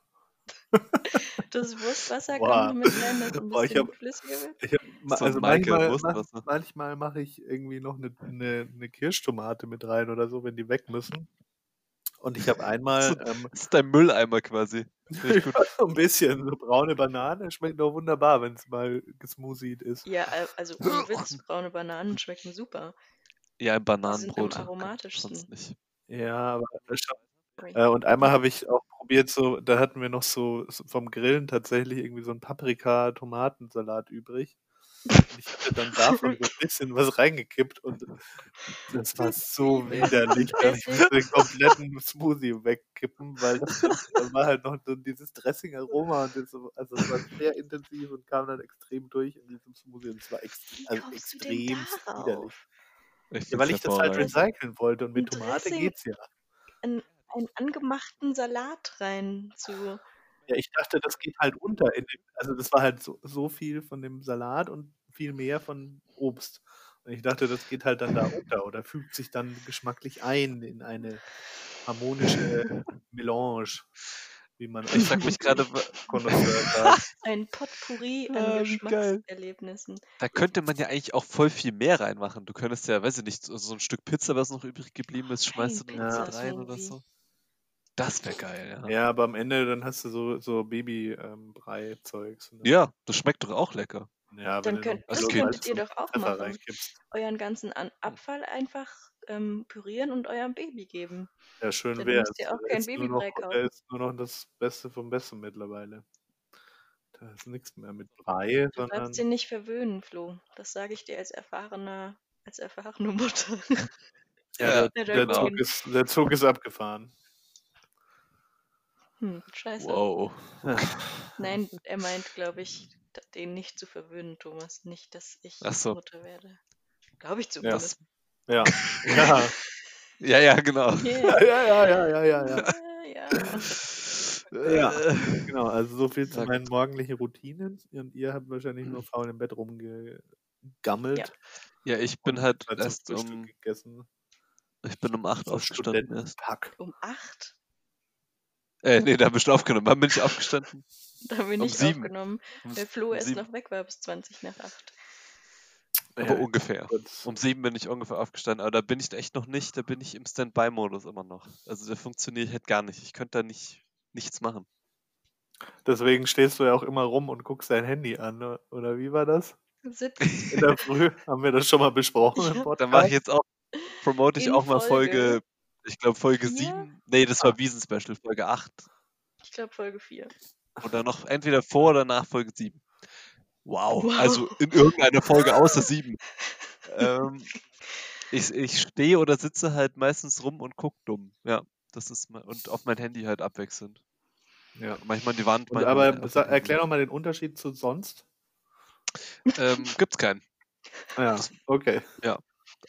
Speaker 2: Das Wurstwasser
Speaker 1: Boah.
Speaker 2: kommt mit rein, das ein
Speaker 1: Boah, ich
Speaker 2: bisschen
Speaker 1: hab-
Speaker 2: flüssiger wird.
Speaker 1: Ich hab, ma-
Speaker 3: So ein
Speaker 1: also
Speaker 3: Michael
Speaker 1: manchmal, ma-
Speaker 3: Wurstwasser.
Speaker 1: manchmal mache ich irgendwie noch eine, eine, eine Kirschtomate mit rein oder so, wenn die weg müssen. Und ich habe einmal
Speaker 3: So-
Speaker 1: ähm, [laughs]
Speaker 3: Das ist dein Mülleimer quasi. Finde ich gut.
Speaker 1: so ein bisschen so braune Banane. Schmeckt doch wunderbar, wenn es mal gesmoothied ist.
Speaker 2: Ja, al- also
Speaker 1: [laughs]
Speaker 2: ohne Witz, braune Bananen schmecken super.
Speaker 3: Ja,
Speaker 2: sind
Speaker 3: ein
Speaker 2: am
Speaker 3: Bananenbrot.
Speaker 2: aromatischsten.
Speaker 3: Sonst nicht.
Speaker 1: Ja, aber das schon.
Speaker 2: Ui.
Speaker 1: Äh, und einmal habe ich auch probiert, so, da hatten wir noch so, so vom Grillen tatsächlich irgendwie so ein Paprika-Tomatensalat übrig. Ich hatte [laughs] dann davon so ein bisschen was reingekippt und das war so [laughs] widerlich, dass ich [laughs] musste den kompletten Smoothie wegkippen, weil da war halt noch so dieses Dressing-Aroma und das, also es war sehr intensiv und kam dann extrem durch in diesem Smoothie und es war ex
Speaker 2: Wie
Speaker 1: also
Speaker 2: kommst du denn
Speaker 1: extrem
Speaker 2: darauf?
Speaker 1: widerlich.
Speaker 3: Ich
Speaker 1: Ja, weil ich das halt
Speaker 3: hervorragend.
Speaker 1: recyceln wollte und mit
Speaker 2: Ein
Speaker 1: Tomate
Speaker 2: Dressing-
Speaker 1: geht's ja.
Speaker 2: einen angemachten Salat rein zu.
Speaker 1: Ja, ich dachte, das geht halt unter. In dem, also das war halt so, so viel von dem Salat und viel mehr von Obst. Und ich dachte, das geht halt dann da unter oder fügt sich dann geschmacklich ein in eine harmonische Melange, wie man
Speaker 3: Ich
Speaker 1: [laughs]
Speaker 3: frag mich gerade, wa-
Speaker 1: Connoisseur
Speaker 3: [laughs]
Speaker 1: sagt.
Speaker 2: Ein Potpourri
Speaker 1: Ähm,
Speaker 3: Ah,
Speaker 2: an
Speaker 3: wie geil.
Speaker 2: Geschmackserlebnissen.
Speaker 3: da könnte man ja eigentlich auch voll viel mehr reinmachen. Du könntest ja, weiß ich nicht, so- so ein Stück Pizza, was noch übrig geblieben ist, schmeißt du
Speaker 2: Ein
Speaker 3: noch mit
Speaker 1: Pizza
Speaker 3: rein oder
Speaker 2: Smoothie.
Speaker 3: so. Das wäre geil, ja.
Speaker 1: Ja, aber am Ende dann hast du so, so ähm, Baby-Brei-Zeugs.
Speaker 3: Ja, Also das schmeckt doch auch lecker.
Speaker 1: ja
Speaker 2: Dann könnt,
Speaker 3: als
Speaker 2: das
Speaker 3: Kind
Speaker 2: könntet ihr doch auch
Speaker 1: Pfeffer
Speaker 2: machen.
Speaker 1: reinkippst.
Speaker 2: Euren ganzen an Abfall einfach ähm, pürieren und eurem Baby geben.
Speaker 1: Ja, schön
Speaker 2: Dann
Speaker 1: wäre
Speaker 2: müsst ihr auch kein Babybrei kaufen.
Speaker 1: Da ist nur noch das Beste vom Besten mittlerweile. Da ist nichts mehr mit Brei,
Speaker 2: Du
Speaker 1: sondern
Speaker 2: darfst ihn nicht verwöhnen, Flo. Das sage ich dir als erfahrener, als erfahrene Mutter. [laughs]
Speaker 3: Ja,
Speaker 1: der,
Speaker 2: der
Speaker 1: der,
Speaker 3: Dragon
Speaker 1: Zug ist, der Zug ist abgefahren.
Speaker 2: Hm, scheiße.
Speaker 3: Wow.
Speaker 2: Nein, er meint, glaube ich, d- den nicht zu verwöhnen, Thomas. Nicht, dass ich
Speaker 3: Ach so.
Speaker 2: Mutter werde. Glaube ich
Speaker 3: Das, [laughs]
Speaker 2: zumindest.
Speaker 1: [laughs] Ja.
Speaker 2: [laughs]
Speaker 1: Ja.
Speaker 3: ja, ja, genau.
Speaker 1: ja,
Speaker 2: Yeah.
Speaker 1: ja, ja, ja, ja, ja.
Speaker 2: Ja, ja.
Speaker 1: Ja.
Speaker 3: Äh,
Speaker 1: Genau, also so viel zu
Speaker 3: Na
Speaker 1: meinen morgendlichen Routinen. Und ihr habt wahrscheinlich nur faul im Bett rumgegammelt.
Speaker 2: Mhm. Ja.
Speaker 3: ja, ich
Speaker 1: und
Speaker 3: bin halt
Speaker 1: dann zum
Speaker 3: erst
Speaker 1: Frühstück
Speaker 3: um,
Speaker 1: gegessen.
Speaker 3: ich bin um 8
Speaker 1: So
Speaker 3: aufgestanden erst.
Speaker 1: Studentenpack.
Speaker 2: Um acht,
Speaker 3: Äh, nee, da bin ich schon aufgenommen. Wann bin ich
Speaker 2: [laughs]
Speaker 3: aufgestanden?
Speaker 2: da haben wir
Speaker 3: Um
Speaker 2: nicht
Speaker 3: sieben.
Speaker 2: aufgenommen,
Speaker 3: Um,
Speaker 2: weil Flo
Speaker 3: um
Speaker 2: erst
Speaker 3: sieben.
Speaker 2: noch weg war bis 20 nach acht.
Speaker 3: Aber ungefähr.
Speaker 1: kurz.
Speaker 3: Um sieben bin ich ungefähr aufgestanden, aber da bin ich echt noch nicht, da bin ich im Standby-Modus immer noch. Also der funktioniert halt gar nicht. Ich könnte da nicht nichts machen.
Speaker 1: Deswegen stehst du ja auch immer rum und guckst dein Handy an, ne? oder wie war das?
Speaker 3: [laughs]
Speaker 2: Sitz
Speaker 1: In der Früh haben wir das schon mal besprochen
Speaker 2: Ja.
Speaker 1: im Podcast.
Speaker 3: Dann mache ich jetzt auch, promote ich
Speaker 2: In
Speaker 3: auch mal
Speaker 2: Folge Ah.
Speaker 3: Folge, ich glaube Folge
Speaker 2: vier?
Speaker 3: 7. Nee, das war Wiesen-Special, Folge 8.
Speaker 2: ich glaube, Folge 4.
Speaker 3: Oder noch entweder vor oder nach Folge 7. Wow,
Speaker 2: Wow.
Speaker 3: also in irgendeiner Folge außer 7. ähm, ich, ich stehe oder sitze halt meistens rum und guck dumm. Ja, das ist mein, und auf mein Handy halt abwechselnd.
Speaker 1: Ja.
Speaker 3: Manchmal die Wand.
Speaker 1: Und
Speaker 3: manchmal
Speaker 1: aber
Speaker 3: die
Speaker 1: sa-
Speaker 3: andere.
Speaker 1: erklär doch mal den Unterschied zu sonst.
Speaker 3: Ähm, gibt's keinen.
Speaker 1: Ja, okay.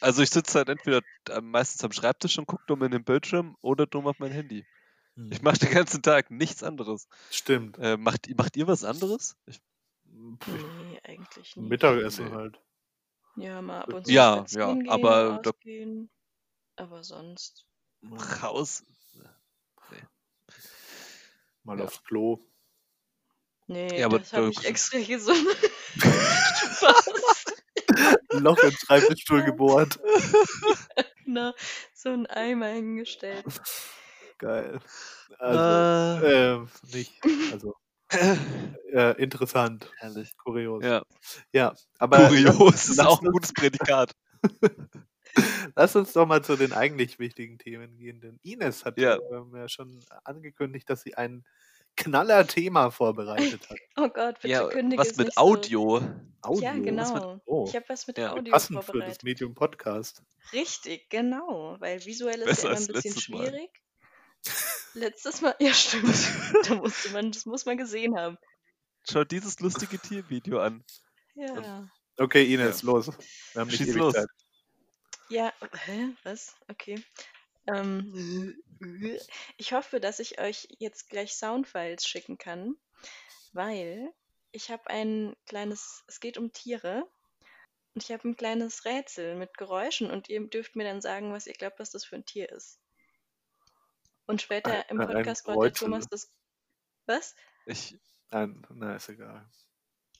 Speaker 3: Also ich sitze halt entweder am- meistens am Schreibtisch und gucke dumm in den Bildschirm oder dumm auf mein Handy. Ich mache den ganzen Tag nichts anderes.
Speaker 1: Stimmt.
Speaker 3: Äh, macht, i- macht ihr was anderes? Ich,
Speaker 2: Nee, eigentlich nicht.
Speaker 1: Mittagessen
Speaker 3: Nee.
Speaker 1: halt.
Speaker 2: Ja, mal ab und zu
Speaker 3: ja, ja,
Speaker 2: spazieren gehen,
Speaker 3: aber da-
Speaker 2: ausgehen. Aber sonst.
Speaker 3: raus.
Speaker 1: Mal
Speaker 3: Ja.
Speaker 1: aufs Klo.
Speaker 2: Nee,
Speaker 3: Ja, aber
Speaker 2: das habe
Speaker 3: da-
Speaker 2: ich extra [laughs] gesund. Spaß.
Speaker 1: Ein Loch im Schreibtischstuhl gebohrt.
Speaker 2: Na, ne, so ein Eimer hingestellt.
Speaker 1: Geil. Also,
Speaker 3: Ah.
Speaker 1: ähm, nicht. Also,
Speaker 3: äh,
Speaker 1: äh, interessant.
Speaker 3: herrlich.
Speaker 1: Kurios.
Speaker 3: Ja.
Speaker 1: Ja, aber
Speaker 3: Kurios ist
Speaker 1: lass
Speaker 3: auch ein
Speaker 1: uns-
Speaker 3: gutes Prädikat.
Speaker 1: [laughs] Lass uns doch mal zu den eigentlich wichtigen Themen gehen, denn Ines hat
Speaker 3: Ja.
Speaker 1: ja, ähm, ja schon angekündigt, dass sie ein Knaller-Thema vorbereitet hat.
Speaker 2: Oh Gott, bitte
Speaker 3: ja,
Speaker 2: kündige
Speaker 3: was
Speaker 2: es
Speaker 3: mit
Speaker 2: nicht
Speaker 3: Audio?
Speaker 2: So.
Speaker 1: Audio.
Speaker 2: Ja,
Speaker 1: Was mit-
Speaker 2: genau.
Speaker 1: Oh,
Speaker 2: Ich habe was mit
Speaker 3: Ja,
Speaker 2: Audio
Speaker 1: passend für das
Speaker 2: vorbereitet.
Speaker 1: Medium Podcast.
Speaker 2: Richtig, genau. Weil visuell ist
Speaker 3: Besser
Speaker 2: ja immer
Speaker 3: als
Speaker 2: ein bisschen
Speaker 3: letztes Mal.
Speaker 2: schwierig. Letztes Mal, [laughs] ja stimmt. Da musste man, das muss man gesehen haben.
Speaker 3: Schaut dieses lustige Tiervideo an.
Speaker 2: Ja.
Speaker 1: Okay, Ines, los. Wir haben nicht
Speaker 3: Schieß
Speaker 1: ewig
Speaker 3: los.
Speaker 1: Zeit.
Speaker 2: Ja, hä? Was? Okay. Ähm,
Speaker 1: Äh,
Speaker 2: ich hoffe, dass ich euch jetzt gleich Soundfiles schicken kann, weil ich habe ein kleines, es geht um Tiere und ich habe ein kleines Rätsel mit Geräuschen und ihr dürft mir dann sagen, was ihr glaubt, was das für ein Tier ist. Und später im
Speaker 1: ein
Speaker 2: Podcast baut der
Speaker 1: Räutsel.
Speaker 2: Thomas das. Was?
Speaker 3: Ich,
Speaker 1: Nein, na, ist egal.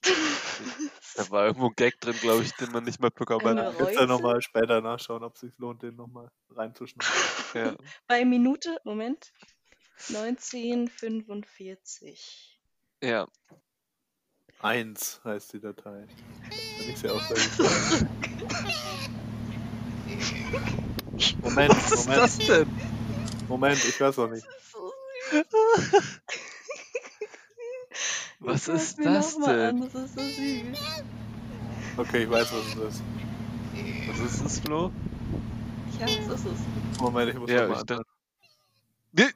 Speaker 2: [laughs]
Speaker 3: da war irgendwo ein Gag drin, glaube ich, den man nicht mehr bekommen
Speaker 2: Ein
Speaker 3: hat.
Speaker 1: Aber kannst
Speaker 2: Räutsel?
Speaker 1: du nochmal später nachschauen, ob es sich lohnt, den nochmal
Speaker 3: [laughs]
Speaker 1: reinzuschneiden.
Speaker 3: Ja.
Speaker 2: Bei Minute, Moment, 1945.
Speaker 3: ja.
Speaker 1: Eins heißt die Datei. Kann ich sie
Speaker 3: [laughs]
Speaker 1: auch sagen. Moment,
Speaker 3: Was ist
Speaker 1: Moment,
Speaker 3: das denn?
Speaker 1: Moment, ich weiß noch nicht.
Speaker 3: Was
Speaker 2: Guck
Speaker 3: ist
Speaker 2: mir
Speaker 3: das
Speaker 2: noch mal An,
Speaker 3: denn?
Speaker 2: das ist so süß.
Speaker 1: Okay, ich weiß, was es ist.
Speaker 3: Was ist das, Flo?
Speaker 2: Ja, das ist es.
Speaker 1: Moment, ich muss
Speaker 3: Ja,
Speaker 1: nochmal
Speaker 3: ich dachte- Nee,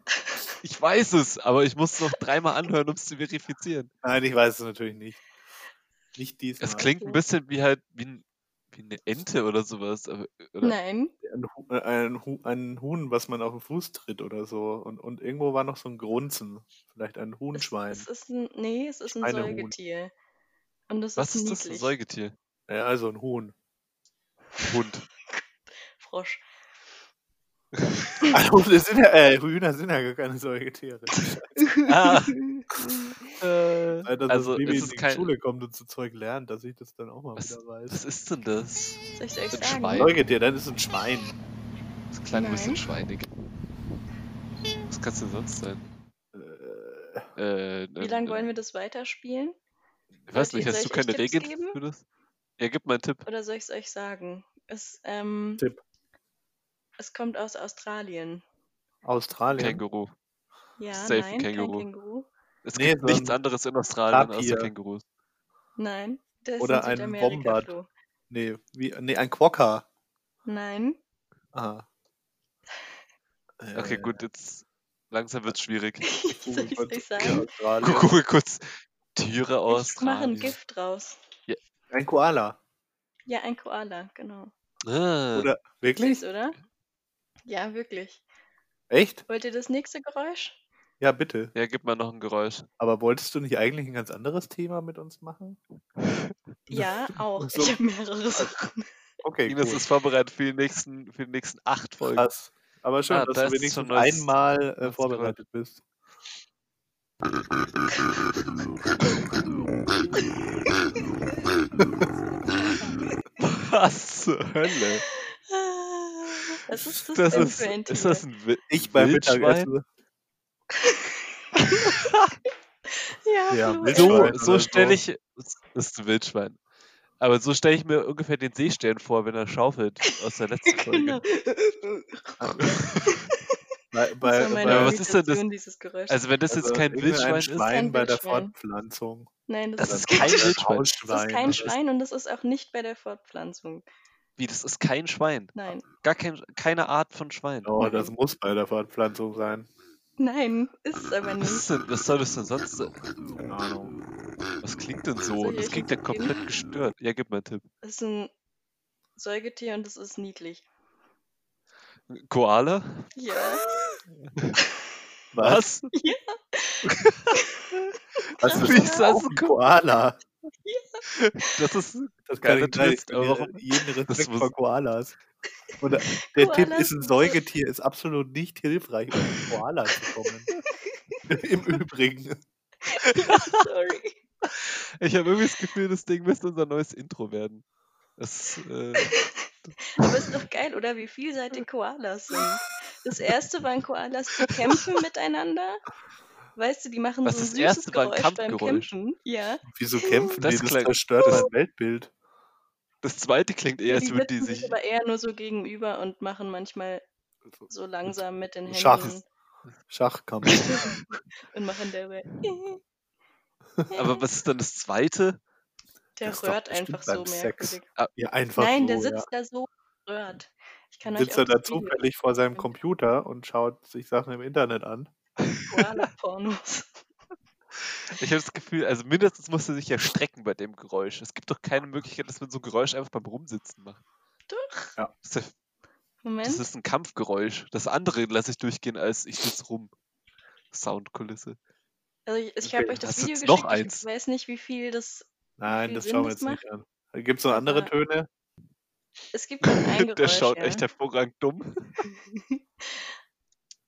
Speaker 3: ich weiß es, aber ich muss es noch dreimal anhören, um es zu verifizieren.
Speaker 1: Nein, ich weiß es natürlich nicht. Nicht diesmal.
Speaker 3: Es klingt ein bisschen wie halt wie, ein, wie eine Ente oder sowas. Aber, oder,
Speaker 2: Nein,
Speaker 1: ein, Hu- äh, ein, Hu- ein Huhn, was man auf den Fuß tritt oder so. Und, und irgendwo war noch so ein Grunzen. Vielleicht ein
Speaker 2: es,
Speaker 1: Huhnschwein.
Speaker 2: es ist ein, nee, es ist ein
Speaker 1: Schweinehuhn.
Speaker 2: Säugetier. Und das
Speaker 3: was
Speaker 2: ist
Speaker 3: ist das für ein
Speaker 2: niedlich.
Speaker 3: Säugetier?
Speaker 1: ja, also ein
Speaker 3: [laughs]
Speaker 1: Huhn.
Speaker 3: Ein [laughs] Hund. [laughs]
Speaker 2: Frosch.
Speaker 1: Also, das sind ja, äh, Hühner sind ja gar keine Säugetiere.
Speaker 3: Ah.
Speaker 1: Seit das
Speaker 3: also
Speaker 1: Baby in
Speaker 3: ist es
Speaker 1: die
Speaker 3: kein.
Speaker 1: Schule kommt und so Zeug lernt, dass ich das dann auch mal
Speaker 3: Was-
Speaker 1: wieder weiß.
Speaker 3: Was ist denn das?
Speaker 2: Soll ich euch
Speaker 3: Ein
Speaker 2: sagen?
Speaker 3: Schwein?
Speaker 1: Säugetier, dann ist ein Schwein.
Speaker 3: Das klang ein bisschen
Speaker 2: Nein.
Speaker 3: schweinig. Was kannst du sonst sein?
Speaker 1: Äh,
Speaker 3: Äh,
Speaker 2: Wie lange wollen wir das weiterspielen?
Speaker 3: Ich weiß
Speaker 2: Soll ich-
Speaker 3: nicht, hast
Speaker 2: soll
Speaker 3: du
Speaker 2: ich
Speaker 3: keine
Speaker 2: euch Tipps
Speaker 3: Regeln
Speaker 2: geben?
Speaker 3: für das? Ja, gib mal einen Tipp.
Speaker 2: Oder soll ich es euch sagen? Es, ähm,
Speaker 1: Tipp.
Speaker 2: es kommt aus Australien.
Speaker 1: Australien.
Speaker 3: Känguru.
Speaker 2: Ja,
Speaker 3: Safe ein
Speaker 2: nein,
Speaker 3: Känguru.
Speaker 2: kein Känguru.
Speaker 3: Es
Speaker 1: Nee,
Speaker 3: gibt
Speaker 1: so ein
Speaker 3: nichts anderes in Australien außer
Speaker 1: Tapir.
Speaker 3: Kängurus.
Speaker 2: Nein, das
Speaker 1: Oder
Speaker 2: ist
Speaker 1: ein
Speaker 2: in Südamerika,
Speaker 1: Wombat.
Speaker 2: Flo.
Speaker 1: Nee, wie, nee, ein Quokka.
Speaker 2: Nein,
Speaker 1: Ah. Äh,
Speaker 3: Okay, gut, jetzt langsam wird's schwierig.
Speaker 2: soll ich
Speaker 1: wollte-
Speaker 2: euch sagen?
Speaker 1: Ja,
Speaker 3: [laughs]
Speaker 1: Australien.
Speaker 3: Gucken wir kurz. Tiere aus
Speaker 2: ich mache ein
Speaker 3: Australien.
Speaker 2: Gift draus.
Speaker 1: Ein Koala.
Speaker 2: Ja, ein Koala, genau.
Speaker 3: Ah,
Speaker 1: Oder wirklich?
Speaker 2: Süß, oder? Ja, wirklich.
Speaker 1: Echt?
Speaker 2: Wollt ihr das nächste Geräusch?
Speaker 1: Ja, bitte.
Speaker 3: Ja, gib mal noch ein Geräusch.
Speaker 1: Aber wolltest du nicht eigentlich ein ganz anderes Thema mit uns machen?
Speaker 2: Ja, auch.
Speaker 1: so.
Speaker 2: Ich habe mehrere Sachen.
Speaker 1: Okay,
Speaker 3: Ines
Speaker 1: cool.
Speaker 3: ist vorbereitet für die nächsten, für die nächsten acht Folgen.
Speaker 1: krass. Aber schön,
Speaker 3: Ah, da
Speaker 1: dass
Speaker 3: ist
Speaker 1: du wenigstens
Speaker 3: schon was-
Speaker 1: einmal äh,
Speaker 3: was
Speaker 1: vorbereitet bist.
Speaker 3: [laughs] Was zur Hölle?
Speaker 2: Was ist das,
Speaker 3: Das
Speaker 2: denn
Speaker 3: ist,
Speaker 2: für ein Tier?
Speaker 3: ist das ein Wi-
Speaker 1: Ich beim
Speaker 3: Wildschwein?
Speaker 1: Mittagessen.
Speaker 2: ja,
Speaker 1: Ja,
Speaker 2: Flo,
Speaker 1: willst
Speaker 2: ey.
Speaker 1: du-
Speaker 3: So,
Speaker 1: Wildschwein
Speaker 3: so
Speaker 1: oder so.
Speaker 3: stelle ich. Das ist ein Wildschwein. Aber so stelle ich mir ungefähr den Seestern vor, wenn er schaufelt aus der letzten Folge.
Speaker 2: [laughs] [laughs] Genau.
Speaker 1: Bei,
Speaker 2: Das
Speaker 1: bei,
Speaker 2: war meine
Speaker 3: Aber
Speaker 1: bei,
Speaker 3: was ist denn das?
Speaker 2: Imitation dieses Geräusch.
Speaker 3: Also wenn das
Speaker 1: also
Speaker 3: jetzt kein
Speaker 1: irgendein
Speaker 3: Wildschwein ist,
Speaker 1: Schwein
Speaker 2: Kein
Speaker 1: bei der
Speaker 2: Wildschwein.
Speaker 1: Fortppflanzung.
Speaker 2: Nein, das,
Speaker 3: das ist
Speaker 2: ist,
Speaker 3: kein
Speaker 1: Oder
Speaker 3: Wildschwein.
Speaker 2: das ist
Speaker 1: Hausschwein.
Speaker 2: kein
Speaker 1: Das ist-
Speaker 2: Schwein und das ist auch nicht bei der Fortpflanzung.
Speaker 3: wie, das ist kein Schwein.
Speaker 2: Nein,
Speaker 3: Gar kein, keine Art von Schwein.
Speaker 1: Oh, das muss bei der Fortpflanzung sein.
Speaker 2: nein, ist es aber
Speaker 3: Was,
Speaker 2: nicht.
Speaker 3: ist denn, was soll das denn sonst? sein?
Speaker 1: Keine Ahnung.
Speaker 3: Was klingt denn so?
Speaker 2: Soll ich
Speaker 3: Das
Speaker 2: euch
Speaker 3: klingt ja
Speaker 2: einen Tipp geben?
Speaker 3: komplett gestört. Ja, gib mal einen Tipp.
Speaker 2: Es ist ein Säugetier und es ist niedlich.
Speaker 3: Koala?
Speaker 2: Ja,
Speaker 1: Was?
Speaker 2: Ja.
Speaker 1: Was
Speaker 3: [laughs] Wie
Speaker 1: ist
Speaker 3: ist das?
Speaker 1: das? Ein Koala.
Speaker 3: Das ist
Speaker 1: Das kann
Speaker 3: Kleiner
Speaker 1: ich nicht.
Speaker 3: Twist, aber warum-
Speaker 1: [laughs] Jeden
Speaker 3: Das
Speaker 1: Respekt
Speaker 3: muss-
Speaker 1: vor Koalas. Und [laughs] äh, der Tipp
Speaker 2: Koalas
Speaker 1: ist, ein
Speaker 2: sind so-
Speaker 1: Säugetier ist absolut nicht hilfreich, um zu Koala zu kommen. [laughs] Im Übrigen.
Speaker 2: sorry.
Speaker 3: Ich habe irgendwie das Gefühl, das Ding müsste unser neues Intro werden. Das, äh,
Speaker 2: Aber ist doch geil, oder? Wie vielseitig Koalas sind. Das erste waren Koalas, die kämpfen miteinander. Weißt du, die machen
Speaker 3: Was,
Speaker 2: so ein
Speaker 3: das
Speaker 2: süßes
Speaker 3: erste war ein
Speaker 2: Geräusch beim
Speaker 3: Kampfgeräusch?
Speaker 2: Kämpfen. Ja,
Speaker 1: Wieso kämpfen
Speaker 3: Das
Speaker 1: die? Das
Speaker 3: klang-
Speaker 1: zerstört
Speaker 3: das-
Speaker 1: mein Weltbild.
Speaker 3: das zweite klingt eher, als
Speaker 2: die
Speaker 3: würden die
Speaker 2: sitzen sich
Speaker 3: sich.
Speaker 2: aber eher nur so gegenüber und machen manchmal
Speaker 1: Also
Speaker 2: so langsam mit den Händen
Speaker 1: Schach ist- Schachkampf.
Speaker 2: und machen dabei.
Speaker 3: [laughs] Aber was ist dann das zweite?
Speaker 2: [laughs] Der
Speaker 1: Das ist doch
Speaker 2: röhrt einfach
Speaker 1: bestimmt
Speaker 2: so
Speaker 1: beim Sex.
Speaker 2: merkwürdig.
Speaker 1: Ja, einfach
Speaker 2: Nein,
Speaker 1: so.
Speaker 2: der
Speaker 1: ja.
Speaker 2: sitzt da so und röhrt. Ich kann
Speaker 1: Sitzt
Speaker 2: euch
Speaker 1: er
Speaker 2: auch
Speaker 1: da
Speaker 2: das Video
Speaker 1: zufällig vor seinem
Speaker 2: schicken.
Speaker 1: Computer und schaut sich Sachen im Internet an.
Speaker 3: [laughs]
Speaker 2: Koala-Pornos.
Speaker 3: Ich habe das Gefühl, also mindestens muss er sich ja strecken bei dem Geräusch. Es gibt doch keine Möglichkeit, dass man so ein Geräusch einfach beim Rumsitzen macht.
Speaker 2: Doch.
Speaker 3: Das ist, ja, das
Speaker 2: Moment.
Speaker 3: ist ein Kampfgeräusch. Das andere lasse ich durchgehen, als ich sitze rum. Soundkulisse.
Speaker 2: Also ich, ich habe
Speaker 1: Okay,
Speaker 2: euch das
Speaker 3: hast
Speaker 2: Video
Speaker 3: jetzt
Speaker 2: geschickt.
Speaker 3: noch
Speaker 2: Ich
Speaker 3: eins?
Speaker 2: weiß nicht, wie viel das.
Speaker 1: Nein,
Speaker 2: Viel
Speaker 1: das
Speaker 2: Sinn
Speaker 1: schauen wir
Speaker 2: das
Speaker 1: jetzt nicht an. Gibt es noch andere
Speaker 2: Aber-
Speaker 1: Töne?
Speaker 2: Es
Speaker 3: [laughs]
Speaker 2: gibt noch ein Geräusch.
Speaker 3: Der schaut
Speaker 2: ja.
Speaker 3: echt hervorragend dumm.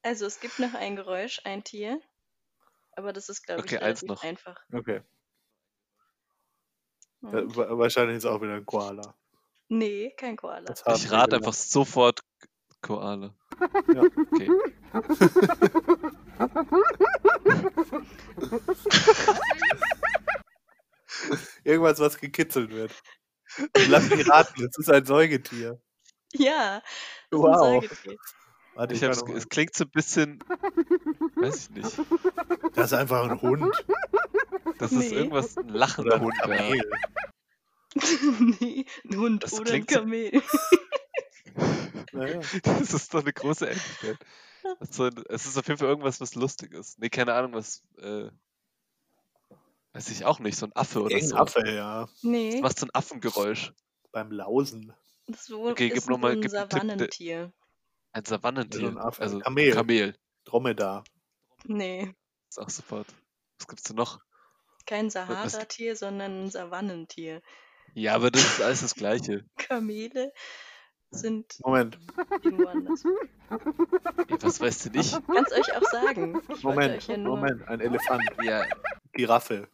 Speaker 2: Also es gibt noch ein Geräusch, ein Tier. Aber das ist, glaube
Speaker 3: Okay,
Speaker 2: ich,
Speaker 3: eins
Speaker 2: relativ
Speaker 3: noch.
Speaker 2: einfach.
Speaker 1: Okay. Da,
Speaker 2: Und-
Speaker 1: wa- wahrscheinlich ist auch wieder ein Koala.
Speaker 2: Nee, kein Koala.
Speaker 1: Das haben
Speaker 3: ich
Speaker 1: wir
Speaker 3: rate
Speaker 1: gelernt.
Speaker 3: einfach sofort Koale.
Speaker 1: Ja.
Speaker 3: Okay.
Speaker 1: Irgendwas, was gekitzelt wird.
Speaker 2: [laughs]
Speaker 1: Lass mich raten, es ist ein Säugetier.
Speaker 2: Ja, das
Speaker 1: Wow.
Speaker 2: ist ein Säugetier. [laughs]
Speaker 1: Warte,
Speaker 3: Ich
Speaker 1: ich kann
Speaker 3: hab, das-
Speaker 1: noch mal-
Speaker 3: es klingt so ein bisschen. Weiß
Speaker 1: [laughs]
Speaker 3: ich nicht.
Speaker 1: das ist
Speaker 2: [laughs]
Speaker 1: einfach ein Hund.
Speaker 3: Das ist
Speaker 2: Nee.
Speaker 3: irgendwas ein
Speaker 1: Oder
Speaker 3: lachender
Speaker 1: ein
Speaker 3: Hund. Ja.
Speaker 1: Kamel.
Speaker 2: nee, ein Hund
Speaker 3: Das
Speaker 2: oder ein
Speaker 3: klingt so-
Speaker 2: Kamel.
Speaker 3: [laughs]
Speaker 1: Naja.
Speaker 3: Das ist doch eine
Speaker 2: [laughs]
Speaker 3: große Ähnlichkeit. Also, es ist auf jeden Fall irgendwas, was lustig ist. Nee, keine Ahnung, was. Äh, weiß ich auch nicht, so ein Affe oder
Speaker 1: Irgendein
Speaker 3: so.
Speaker 1: Affe, ja.
Speaker 2: Nee,
Speaker 3: Was so ein Affengeräusch.
Speaker 1: Beim Lausen.
Speaker 2: das wo-
Speaker 3: Okay, gib
Speaker 2: ist
Speaker 3: noch mal-
Speaker 2: ein
Speaker 3: gib einen Tipp, der-
Speaker 2: Savannentier.
Speaker 3: Ein Savannentier.
Speaker 1: Ja, so ein Affe.
Speaker 3: Also
Speaker 1: Kamel.
Speaker 3: Kamel.
Speaker 1: Dromedar.
Speaker 2: Nee,
Speaker 3: Ist auch sofort. Was gibt's denn noch?
Speaker 2: kein
Speaker 3: was-
Speaker 2: Sahara-Tier, sondern ein Savannentier.
Speaker 3: Ja, aber das ist alles das Gleiche.
Speaker 2: Kamele sind
Speaker 1: Moment,
Speaker 2: irgendwo anders.
Speaker 3: Ey, was weißt du nicht?
Speaker 2: Kann's euch auch sagen. Ich wollte
Speaker 1: Moment,
Speaker 2: euch ja nur...
Speaker 1: Moment. Ein Elefant.
Speaker 3: Ja,
Speaker 1: Giraffe.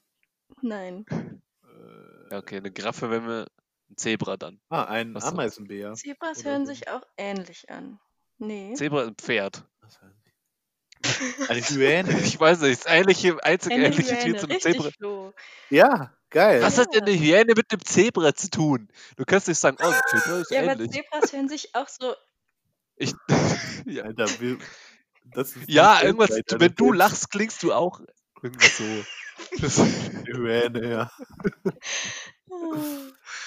Speaker 2: Nein,
Speaker 1: Äh,
Speaker 3: ja, okay, eine Giraffe, wenn wir. Ein Zebra dann.
Speaker 1: ah, ein
Speaker 3: Was sonst?
Speaker 1: Ameisenbär.
Speaker 2: Zebras
Speaker 1: Oder
Speaker 2: hören
Speaker 1: so.
Speaker 2: sich auch ähnlich an. Nee,
Speaker 3: Zebra ist ein Pferd.
Speaker 1: Was weiß ich. Eine
Speaker 2: [laughs]
Speaker 1: Hyäne.
Speaker 3: Ich weiß nicht, das ähnliche, einzige
Speaker 2: eine
Speaker 3: ähnliche Tier
Speaker 2: Hyäne,
Speaker 3: zu einem
Speaker 2: richtig,
Speaker 3: Zebra.
Speaker 2: Flo.
Speaker 1: ja, geil.
Speaker 3: Was hat denn eine Hyäne mit einem Zebra zu tun? Du kannst nicht sagen, oh, ein Zebra ist
Speaker 2: Ja, aber
Speaker 3: ähnlich.
Speaker 2: Zebras hören sich
Speaker 1: [laughs]
Speaker 2: auch so.
Speaker 3: Ich, [laughs] ja,
Speaker 1: Alter, wir, das ist
Speaker 3: ja
Speaker 1: nicht
Speaker 3: irgendwas,
Speaker 1: weltweit,
Speaker 3: wenn du
Speaker 1: Alter.
Speaker 3: lachst, klingst du auch irgendwie [laughs] so. Das ist
Speaker 1: Die Hyäne, ja.
Speaker 3: so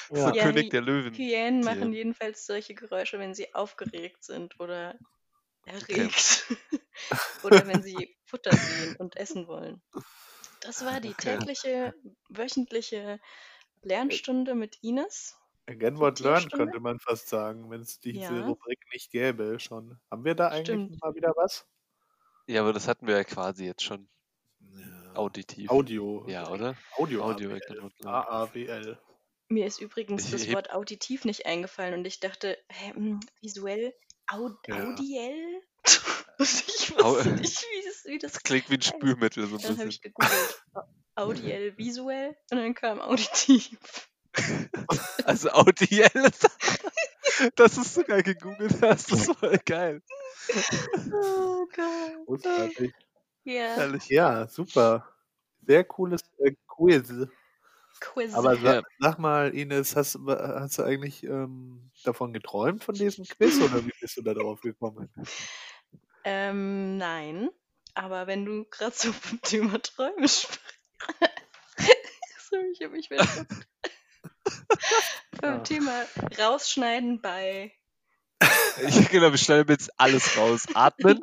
Speaker 1: ja.
Speaker 2: Ja,
Speaker 3: König
Speaker 2: Hy-
Speaker 3: der
Speaker 2: Hyänen
Speaker 3: Löwen. Tieren.
Speaker 2: machen jedenfalls solche Geräusche, wenn sie aufgeregt sind oder erregt. [laughs] oder wenn sie Futter sehen und essen wollen. Das war die
Speaker 1: Okay.
Speaker 2: tägliche, wöchentliche Lernstunde mit Ines.
Speaker 1: Again what
Speaker 2: Die
Speaker 1: learn,
Speaker 2: Stunde?
Speaker 1: könnte man fast sagen, wenn es diese
Speaker 2: Ja.
Speaker 1: Rubrik nicht gäbe schon. Haben wir da eigentlich
Speaker 2: Stimmt.
Speaker 1: mal wieder was?
Speaker 3: Ja, aber das hatten wir ja quasi jetzt schon auditiv.
Speaker 1: Audio.
Speaker 3: Ja, oder?
Speaker 1: Audio.
Speaker 3: Audio.
Speaker 1: AWL.
Speaker 3: erkennt man, glaub ich.
Speaker 2: [laughs]
Speaker 1: AAWL.
Speaker 2: Mir ist übrigens
Speaker 3: Ich-
Speaker 2: das
Speaker 3: ich-
Speaker 2: Wort auditiv nicht eingefallen und ich dachte, hä, hm, visuell, au
Speaker 1: Ja. [laughs]
Speaker 2: audiell? [laughs] Und ich
Speaker 3: Au-
Speaker 2: wusste nicht, wie das, wie das
Speaker 3: Das klingt wie ein Spülmittel so
Speaker 2: Dann
Speaker 3: ein
Speaker 2: habe
Speaker 3: bisschen.
Speaker 2: ich [laughs] gegoogelt. Au- Audiell visuell und dann kam auditiv.
Speaker 3: Also audiell. ist- Das ist sogar gegoogelt [laughs] hast, das ist voll geil.
Speaker 2: [laughs] Oh Gott.
Speaker 1: Großartig.
Speaker 2: [laughs] Ja,
Speaker 3: Herrlich.
Speaker 1: Ja, super. Sehr cooles äh, Quiz.
Speaker 2: Quiz.
Speaker 1: Aber sa
Speaker 3: Ja.
Speaker 1: sag mal, Ines, hast, du- hast du eigentlich ähm, davon geträumt, von diesem Quiz? Oder wie bist du da drauf gekommen?
Speaker 2: Ähm, nein, aber wenn du gerade so vom Thema Träume sprichst. [laughs] Sorry, ich habe mich wieder verpasst. [laughs]
Speaker 1: Ja.
Speaker 2: Beim Thema rausschneiden bei.
Speaker 3: Ich glaube, ich schneide mir jetzt alles raus. Atmen,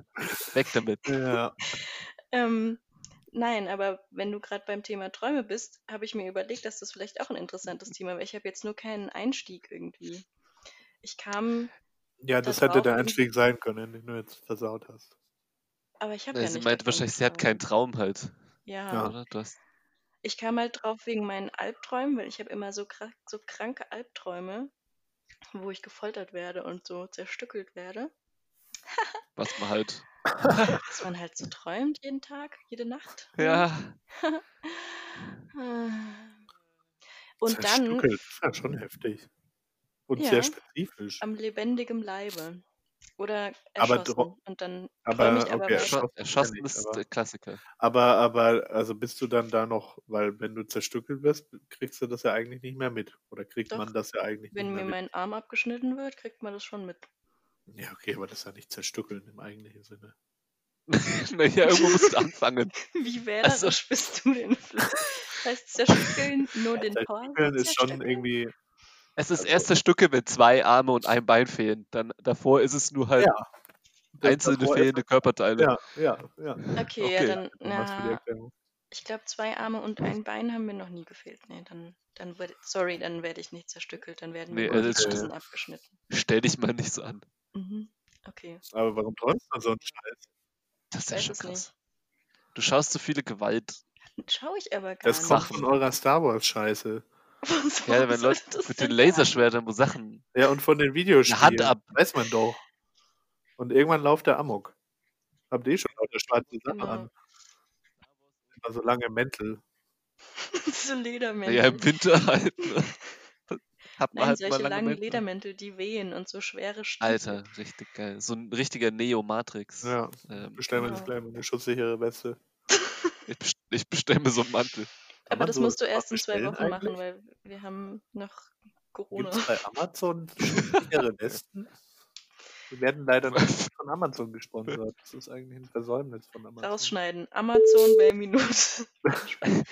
Speaker 3: weg damit.
Speaker 1: Ja.
Speaker 2: Ähm, nein, aber wenn du gerade beim Thema Träume bist, habe ich mir überlegt, dass das vielleicht auch ein interessantes Thema wäre. Ich habe jetzt nur keinen Einstieg irgendwie. Ich kam,
Speaker 1: ja, das
Speaker 2: Das
Speaker 1: hätte
Speaker 2: war
Speaker 1: der
Speaker 2: auch
Speaker 1: Einstieg sein können, den du jetzt versaut hast.
Speaker 2: aber ich habe ja
Speaker 3: Äh, Sie
Speaker 2: nicht.
Speaker 3: meinte
Speaker 2: davon
Speaker 3: wahrscheinlich, sie hat keinen
Speaker 2: geträumt.
Speaker 3: Traum halt.
Speaker 2: Ja.
Speaker 1: Ja.
Speaker 3: Oder? Du hast,
Speaker 2: Ich kam halt drauf wegen meinen Albträumen, weil ich habe immer so, kra so kranke Albträume, wo ich gefoltert werde und so zerstückelt werde.
Speaker 3: was man halt.
Speaker 2: Was man halt so träumt jeden Tag, jede Nacht. Ah.
Speaker 3: Ja.
Speaker 2: Und dann
Speaker 1: Zerstückelt, das ist ja schon heftig. Und
Speaker 2: Ja.
Speaker 1: sehr spezifisch.
Speaker 2: am lebendigem Leibe. Oder
Speaker 1: Aber
Speaker 2: erschossen.
Speaker 1: dro-
Speaker 2: und dann
Speaker 1: aber,
Speaker 2: träum ich aber
Speaker 1: okay,
Speaker 2: weiter.
Speaker 1: erschossen
Speaker 3: Äh, Erschossen,
Speaker 1: ja
Speaker 3: erschossen
Speaker 1: nicht,
Speaker 3: ist
Speaker 1: aber-
Speaker 3: der Klassiker.
Speaker 1: Aber, aber, also bist du dann da noch, weil wenn du zerstückelt wirst, kriegst du das ja eigentlich nicht mehr mit. Oder kriegt
Speaker 2: Doch,
Speaker 1: man das ja eigentlich
Speaker 2: wenn
Speaker 1: nicht
Speaker 2: mir
Speaker 1: mehr
Speaker 2: mein Arm abgeschnitten wird, kriegt man das schon mit. [laughs]
Speaker 1: mit? Ja, okay, aber das ist ja nicht zerstückeln im eigentlichen Sinne.
Speaker 3: [laughs] naja, irgendwo musst du anfangen.
Speaker 2: Wie wählerisch bist du denn? Flo?
Speaker 3: [laughs]
Speaker 2: Das heißt zerstückeln, nur den
Speaker 1: Zerstückeln
Speaker 2: Korb
Speaker 1: ist schon
Speaker 2: zerstückeln?
Speaker 1: irgendwie,
Speaker 3: Es ist
Speaker 1: Also-
Speaker 3: erst das Stücke, wenn zwei Arme und ein Bein fehlen. Dann davor ist es nur halt
Speaker 1: Ja. also
Speaker 3: einzelne
Speaker 1: davor ist-
Speaker 3: fehlende Körperteile.
Speaker 1: Ja, ja, ja.
Speaker 2: Okay,
Speaker 3: Okay,
Speaker 2: ja, dann.
Speaker 1: Was für die
Speaker 2: Na,
Speaker 1: Erklärung.
Speaker 2: Ich glaube, zwei Arme und ein Bein haben mir noch nie gefehlt. Nee, dann, dann werd, sorry, dann werde ich nicht zerstückelt, dann werden
Speaker 3: Nee,
Speaker 2: mir
Speaker 3: also
Speaker 2: nur die
Speaker 3: es
Speaker 1: stimmt.
Speaker 2: Spitzen abgeschnitten.
Speaker 3: Stell dich mal nicht so an.
Speaker 2: Mhm. Okay.
Speaker 1: Aber warum träumst du dann so einen Scheiß?
Speaker 3: Das ist ja
Speaker 2: Weiß
Speaker 3: schon
Speaker 2: es
Speaker 3: krass. Du schaust zu viele Gewalt.
Speaker 2: Schaue ich aber gar
Speaker 1: Das kommt
Speaker 2: nicht.
Speaker 1: von eurer Star Wars-Scheiße.
Speaker 2: Was,
Speaker 3: Ja,
Speaker 2: [laughs] warum
Speaker 3: wenn
Speaker 2: soll
Speaker 3: Leute
Speaker 2: das
Speaker 3: mit
Speaker 2: denn
Speaker 3: den
Speaker 2: sein?
Speaker 3: Laserschwertern, wo Sachen.
Speaker 1: Ja, und von den Videospielen.
Speaker 3: Hand ab.
Speaker 1: Weiß man doch. Und irgendwann lauft der Amok. Habt ihr eh schon lauter schwarze Sachen
Speaker 2: Genau.
Speaker 1: an? Immer so lange Mäntel.
Speaker 2: [laughs] so
Speaker 3: Ja, im
Speaker 2: Ledermäntel.
Speaker 3: Winter [laughs] halt. Ne? Hat man
Speaker 2: Nein,
Speaker 3: halt
Speaker 2: solche
Speaker 3: mal lange
Speaker 2: langen
Speaker 3: Mäntel.
Speaker 2: Ledermäntel, die wehen und so schwere Stiefel.
Speaker 3: Alter, richtig geil. So ein richtiger Neo-Matrix.
Speaker 1: Ja,
Speaker 3: Ähm,
Speaker 1: bestellen wir
Speaker 2: Genau.
Speaker 1: uns gleich mal eine schutzsichere Weste.
Speaker 3: ich best- ich bestelle mir so einen Mantel.
Speaker 1: Kann
Speaker 2: Aber
Speaker 1: man
Speaker 2: das
Speaker 1: so
Speaker 2: musst du
Speaker 1: was
Speaker 2: erst in zwei
Speaker 1: bestellen
Speaker 2: Wochen machen, weil wir haben noch Corona. [laughs]
Speaker 1: Gibt es bei Amazon schutzsichere Westen? Wir werden leider
Speaker 3: [laughs]
Speaker 1: noch nicht von Amazon gesponsert. Das ist eigentlich ein Versäumnis von Amazon.
Speaker 2: Rausschneiden. Amazon bei Minute.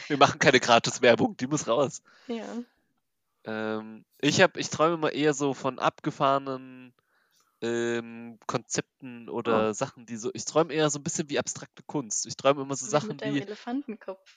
Speaker 3: Wir machen keine Gratis-Werbung, die muss raus.
Speaker 2: [laughs] ja.
Speaker 3: Ähm, ich habe, ich träume immer eher so von abgefahrenen ähm, Konzepten oder Sachen, die so. Ich träume eher so ein bisschen wie abstrakte Kunst. Ich träume immer so Sachen
Speaker 2: Mit deinem
Speaker 3: wie.
Speaker 2: Elefantenkopf.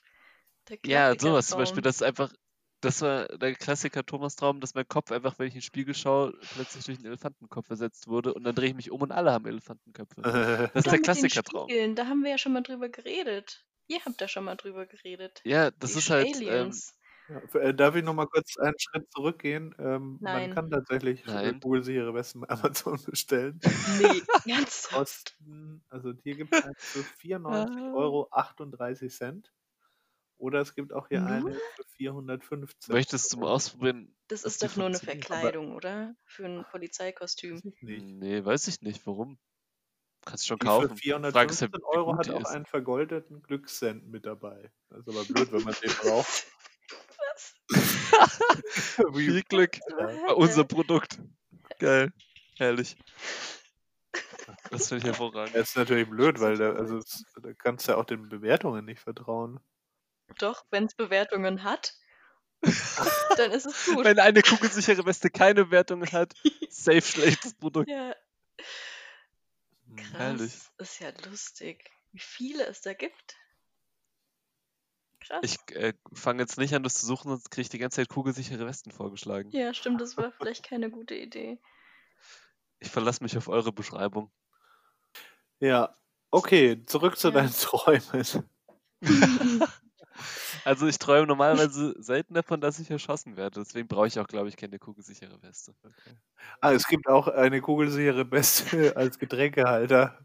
Speaker 2: Der
Speaker 3: Ja, sowas zum
Speaker 2: Klassikertraum.
Speaker 3: Beispiel, dass einfach, das war der Klassiker Thomas Traum, dass mein Kopf einfach, wenn ich in den Spiegel schaue, plötzlich durch einen Elefantenkopf ersetzt wurde und dann drehe ich mich um und alle haben Elefantenköpfe. Das ist
Speaker 2: Oder
Speaker 3: der
Speaker 2: Äh, mit den
Speaker 3: Klassikertraum.
Speaker 2: Spiegeln, Da haben wir ja schon mal drüber geredet. Ihr habt da schon mal drüber geredet.
Speaker 3: Ja, das
Speaker 2: Die
Speaker 3: ist halt, ähm, [laughs]
Speaker 2: Aliens.
Speaker 1: [laughs] Ja, f- äh, darf ich noch mal kurz einen Schritt zurückgehen? Ähm, man
Speaker 2: Nein.
Speaker 1: kann tatsächlich
Speaker 3: Nein.
Speaker 1: Google-sichere Westen bei Amazon [laughs] bestellen.
Speaker 2: Nee, ernsthaft.
Speaker 1: Kosten, also hier
Speaker 2: [laughs]
Speaker 1: gibt es einen für 94,38
Speaker 2: Ah.
Speaker 1: Euro. Oder es gibt auch hier
Speaker 2: Mhm.
Speaker 1: eine für 415
Speaker 3: möchtest
Speaker 2: Äh,
Speaker 3: du mal ausprobieren?
Speaker 2: Das
Speaker 3: dass
Speaker 2: ist
Speaker 3: die
Speaker 2: doch nur eine
Speaker 3: funktionieren.
Speaker 1: Aber-
Speaker 2: Verkleidung, oder? Für ein Polizeikostüm.
Speaker 1: Weiß ich nicht.
Speaker 3: Nee, weiß ich nicht, warum. Kannst schon
Speaker 1: Die für
Speaker 3: kaufen. Fragst du,
Speaker 1: 415
Speaker 3: wie
Speaker 1: Euro
Speaker 3: gut
Speaker 1: hat
Speaker 3: die
Speaker 1: auch
Speaker 3: ist.
Speaker 1: einen vergoldeten Glückssend mit dabei. Das ist aber blöd, wenn man
Speaker 3: [laughs]
Speaker 1: den braucht.
Speaker 2: Was?
Speaker 1: Wie-
Speaker 3: Viel Glück.
Speaker 1: Ja.
Speaker 3: War Unser Produkt. Geil. Herrlich. Das finde ich hervorragend.
Speaker 1: Das ist natürlich blöd, weil da, also, es- da kannst du ja auch den Bewertungen nicht vertrauen.
Speaker 2: Doch, wenn es Bewertungen
Speaker 1: [laughs]
Speaker 2: hat, dann ist es gut.
Speaker 3: Wenn eine kugelsichere Weste keine Wertungen hat, safe schlechtes Produkt.
Speaker 2: Ja,
Speaker 1: Hm.
Speaker 2: krass.
Speaker 3: Herrlich.
Speaker 2: Ist ja lustig. Wie viele es da gibt. Krass.
Speaker 3: Ich äh, fange jetzt nicht an, das zu suchen, sonst kriege ich die ganze Zeit kugelsichere Westen vorgeschlagen.
Speaker 2: ja, stimmt, das war vielleicht keine gute
Speaker 3: [laughs]
Speaker 2: Idee.
Speaker 3: Ich verlasse mich auf eure Beschreibung.
Speaker 1: Ja. Okay, zurück zu
Speaker 2: Ja.
Speaker 1: deinen [laughs] Träumen.
Speaker 3: Also ich träume normalerweise selten davon, dass ich erschossen werde. Deswegen brauche ich auch, glaube ich, keine kugelsichere Weste.
Speaker 1: Ah, es gibt auch eine kugelsichere Weste [laughs] als Getränkehalter.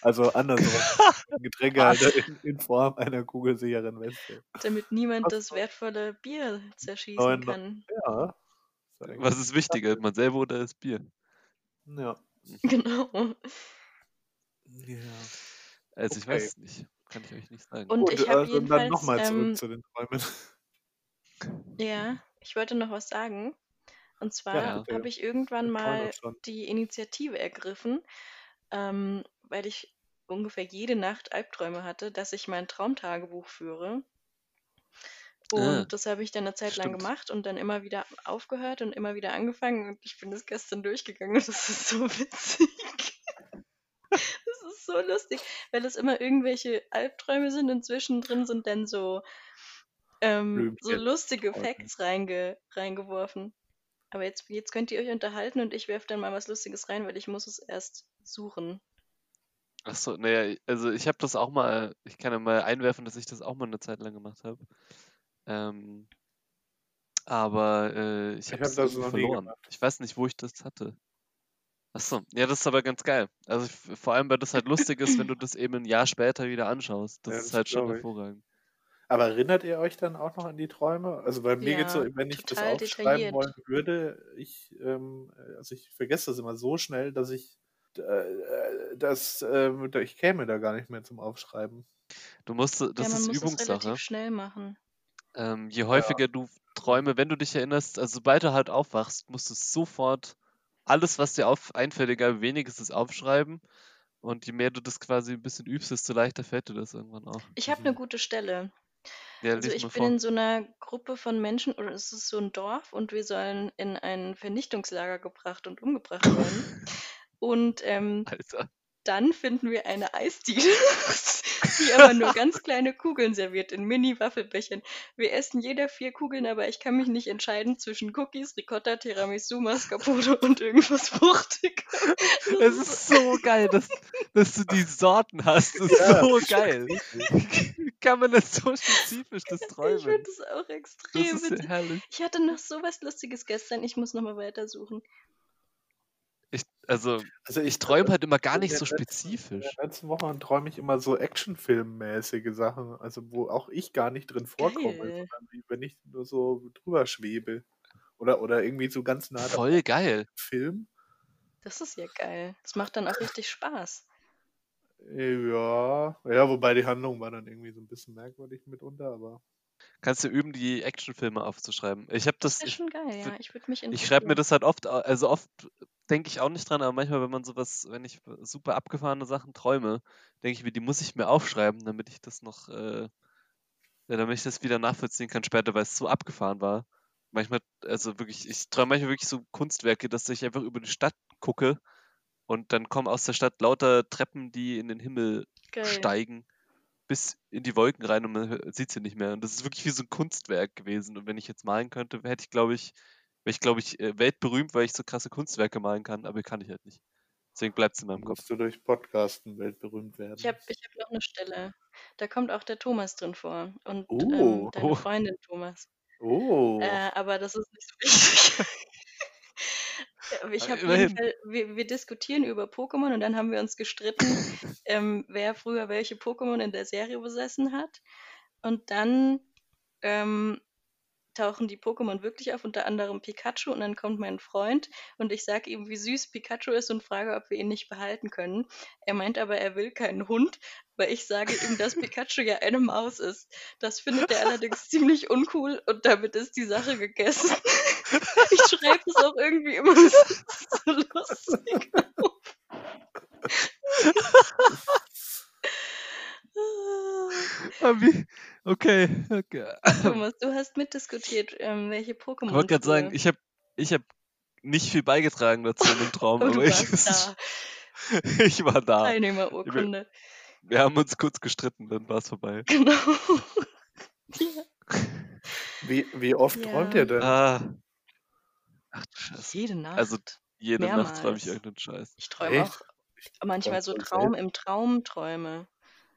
Speaker 1: Also andersrum.
Speaker 2: [laughs]
Speaker 1: Ein Getränkehalter in, in Form einer kugelsicheren Weste.
Speaker 2: Damit niemand
Speaker 1: Ach
Speaker 2: das
Speaker 1: so.
Speaker 2: wertvolle Bier zerschießen
Speaker 1: Neun-
Speaker 2: kann.
Speaker 1: Ja. Ist eigentlich-
Speaker 3: Was ist wichtiger, man selber oder das Bier?
Speaker 1: Ja.
Speaker 2: [laughs] Genau.
Speaker 1: ja.
Speaker 3: Also ich
Speaker 1: Okay.
Speaker 3: weiß es nicht. Kann ich euch nicht sagen.
Speaker 2: Und ich habe
Speaker 1: also dann
Speaker 2: jedenfalls.
Speaker 1: nochmal zurück
Speaker 2: ähm,
Speaker 1: zu den Träumen.
Speaker 2: Ja, ich wollte noch was sagen. Und zwar
Speaker 3: Ja.
Speaker 2: habe ich irgendwann
Speaker 1: Wir freuen
Speaker 2: mal
Speaker 1: uns schon.
Speaker 2: die Initiative ergriffen, ähm, weil ich ungefähr jede Nacht Albträume hatte, dass ich mein Traumtagebuch führe. Und
Speaker 3: Ah,
Speaker 2: das habe ich dann eine Zeit lang
Speaker 3: stimmt.
Speaker 2: gemacht und dann immer wieder aufgehört und immer wieder angefangen. Und ich bin das gestern durchgegangen [laughs] und das ist so witzig. [laughs] Das ist so lustig, weil es immer irgendwelche Albträume sind und zwischendrin sind dann so, ähm, so
Speaker 1: Blümchen.
Speaker 2: lustige
Speaker 1: Freut
Speaker 2: Facts reinge reingeworfen. Aber jetzt, jetzt könnt ihr euch unterhalten und ich werfe dann mal was Lustiges rein, weil ich muss es erst suchen.
Speaker 3: Achso, naja, also ich habe das auch mal, ich kann ja mal einwerfen, dass ich das auch mal eine Zeit lang gemacht habe. Ähm, aber äh, ich habe
Speaker 1: hab
Speaker 3: das,
Speaker 1: das
Speaker 3: irgendwie
Speaker 1: noch nie
Speaker 3: verloren.
Speaker 1: gemacht.
Speaker 3: Ich weiß nicht, wo ich das hatte. Achso, ja, das ist aber ganz geil. Also ich, vor allem, weil das halt lustig ist, wenn du das eben ein Jahr später wieder anschaust. Das
Speaker 1: Ja,
Speaker 3: ist
Speaker 1: das
Speaker 3: halt schon
Speaker 1: glaub ich.
Speaker 3: hervorragend.
Speaker 1: Aber erinnert ihr euch dann auch noch an die Träume? Also bei mir geht's
Speaker 2: Ja,
Speaker 1: so, wenn ich das
Speaker 2: total
Speaker 1: aufschreiben
Speaker 2: detailliert.
Speaker 1: wollen würde, ich, ähm, also ich vergesse das immer so schnell, dass ich äh, das, ähm, da- ich käme da gar nicht mehr zum
Speaker 2: [laughs]
Speaker 1: Aufschreiben.
Speaker 3: Du musst, das
Speaker 2: ja, man
Speaker 3: ist
Speaker 2: muss es
Speaker 3: Übungssache.
Speaker 2: relativ schnell machen.
Speaker 3: Ähm, je häufiger du Träume, wenn du dich erinnerst, also sobald du halt aufwachst, musst du sofort alles, was dir auf, einfällt, egal wie wenig es ist, aufschreiben. Und je mehr du das quasi ein bisschen übst, desto leichter fällt dir das irgendwann auch.
Speaker 2: Ich habe eine
Speaker 1: Mhm.
Speaker 2: gute Stelle.
Speaker 3: Ja,
Speaker 2: Also
Speaker 3: lies
Speaker 2: ich
Speaker 3: mal
Speaker 2: bin
Speaker 3: vor.
Speaker 2: in so einer Gruppe von Menschen, oder es ist so ein Dorf und wir sollen in ein Vernichtungslager gebracht und umgebracht werden.
Speaker 3: [laughs]
Speaker 2: Und ähm, [laughs]
Speaker 3: Alter.
Speaker 2: dann finden wir eine Eisdiele, [laughs] die aber nur ganz kleine Kugeln serviert in Mini-Waffelbechern. Wir essen jeder vier Kugeln, aber ich kann mich nicht entscheiden zwischen Cookies, Ricotta, Tiramisu, Mascarpone und irgendwas Fruchtiges.
Speaker 3: Es ist so geil, dass, dass du die Sorten hast. Das ist
Speaker 1: Ja, [laughs]
Speaker 2: Oh,
Speaker 3: so geil. Wie Kann man das so spezifisch das
Speaker 2: Ich finde
Speaker 3: träumen?
Speaker 2: das auch
Speaker 3: Das
Speaker 2: extrem
Speaker 3: ist ja
Speaker 2: witzig.
Speaker 3: herrlich.
Speaker 2: Ich hatte noch sowas Lustiges gestern. Ich muss nochmal weitersuchen.
Speaker 3: Ich, also,
Speaker 1: Also
Speaker 3: ich träume halt immer gar
Speaker 1: in
Speaker 3: nicht
Speaker 1: der
Speaker 3: so
Speaker 1: letzten- In
Speaker 3: spezifisch.
Speaker 1: den letzten Wochen träume ich immer so Actionfilmmäßige Sachen, also wo auch ich gar nicht drin vorkomme,
Speaker 2: Geil.
Speaker 1: sondern wie- wenn ich nur so drüber schwebe. Oder, oder irgendwie so ganz nah am
Speaker 3: Voll geil.
Speaker 1: Film.
Speaker 2: Das ist ja geil. Das macht dann auch richtig Spaß.
Speaker 1: Ja, ja, wobei die Handlung war dann irgendwie so ein bisschen merkwürdig mitunter, aber
Speaker 3: Kannst du üben, die Actionfilme aufzuschreiben? Ich habe das,
Speaker 2: Das ist
Speaker 3: ich,
Speaker 2: schon geil, ja.
Speaker 3: würd-
Speaker 2: Ich würde mich
Speaker 3: ich schreibe mir
Speaker 2: interessieren.
Speaker 3: das halt oft, au- also oft denke ich auch nicht dran, aber manchmal, wenn man sowas, wenn ich super abgefahrene Sachen träume, denke ich mir, die muss ich mir aufschreiben, damit ich das noch, äh, ja, damit ich das wieder nachvollziehen kann später, weil es so abgefahren war. manchmal, also wirklich, ich träume manchmal wirklich so Kunstwerke, dass ich einfach über die Stadt gucke und dann kommen aus der Stadt lauter Treppen, die in den Himmel
Speaker 2: Geil.
Speaker 3: steigen bis in die Wolken rein und man sieht sie nicht mehr. Und das ist wirklich wie so ein Kunstwerk gewesen. Und wenn ich jetzt malen könnte, hätte ich, glaube ich, wäre ich, glaube ich, äh, weltberühmt, weil ich so krasse Kunstwerke malen kann, aber kann ich halt nicht. Deswegen bleibt es in meinem Kopf.
Speaker 1: Musst du durch Podcasten weltberühmt werden.
Speaker 2: Ich habe ich hab noch eine Stelle. Da kommt auch der Thomas drin vor. Und ähm,
Speaker 1: Oh.
Speaker 2: deine
Speaker 3: [laughs] Oh.
Speaker 2: Freundin Thomas.
Speaker 1: oh.
Speaker 2: Äh, aber das ist nicht so wichtig. Aber ich
Speaker 3: Aber
Speaker 2: hab jeden
Speaker 3: immerhin.
Speaker 2: Fall, wir, wir diskutieren über Pokémon und dann haben wir uns gestritten, ähm, wer früher welche Pokémon in der Serie besessen hat. Und dann ähm, tauchen die Pokémon wirklich auf, unter anderem Pikachu. Und dann kommt mein Freund und ich sage ihm, wie süß Pikachu ist und frage, ob wir ihn nicht behalten können. Er meint aber, er will keinen Hund, weil ich sage ihm, dass Pikachu ja eine Maus ist. Das findet er allerdings ziemlich uncool und damit ist die Sache gegessen. ich schreibe es auch irgendwie immer so lustig. auf. Ah,
Speaker 3: Okay, okay.
Speaker 2: Thomas, du hast mitdiskutiert, ähm, welche Pokémon.
Speaker 3: Ich wollte gerade sagen,
Speaker 2: früher-
Speaker 3: ich habe ich hab nicht viel beigetragen dazu in
Speaker 2: [laughs]
Speaker 3: dem Traum,
Speaker 2: Aber Oh, du
Speaker 3: aber ich, [laughs]
Speaker 2: warst da.
Speaker 3: ich war da.
Speaker 2: Teilnehmerurkunde.
Speaker 3: Wir haben uns kurz gestritten, dann war
Speaker 2: [laughs]
Speaker 3: es vorbei.
Speaker 2: Genau. ja.
Speaker 1: Wie, wie oft
Speaker 2: Ja.
Speaker 1: träumt ihr denn?
Speaker 3: Ah. Ach du Scheiße.
Speaker 2: Jede Nacht.
Speaker 3: Also, Jede Nacht träume
Speaker 2: Mehrmals.
Speaker 3: ich irgendeinen Scheiß.
Speaker 2: ich träume
Speaker 1: echt?
Speaker 2: auch manchmal so
Speaker 1: voll
Speaker 2: Traum im Traum träume.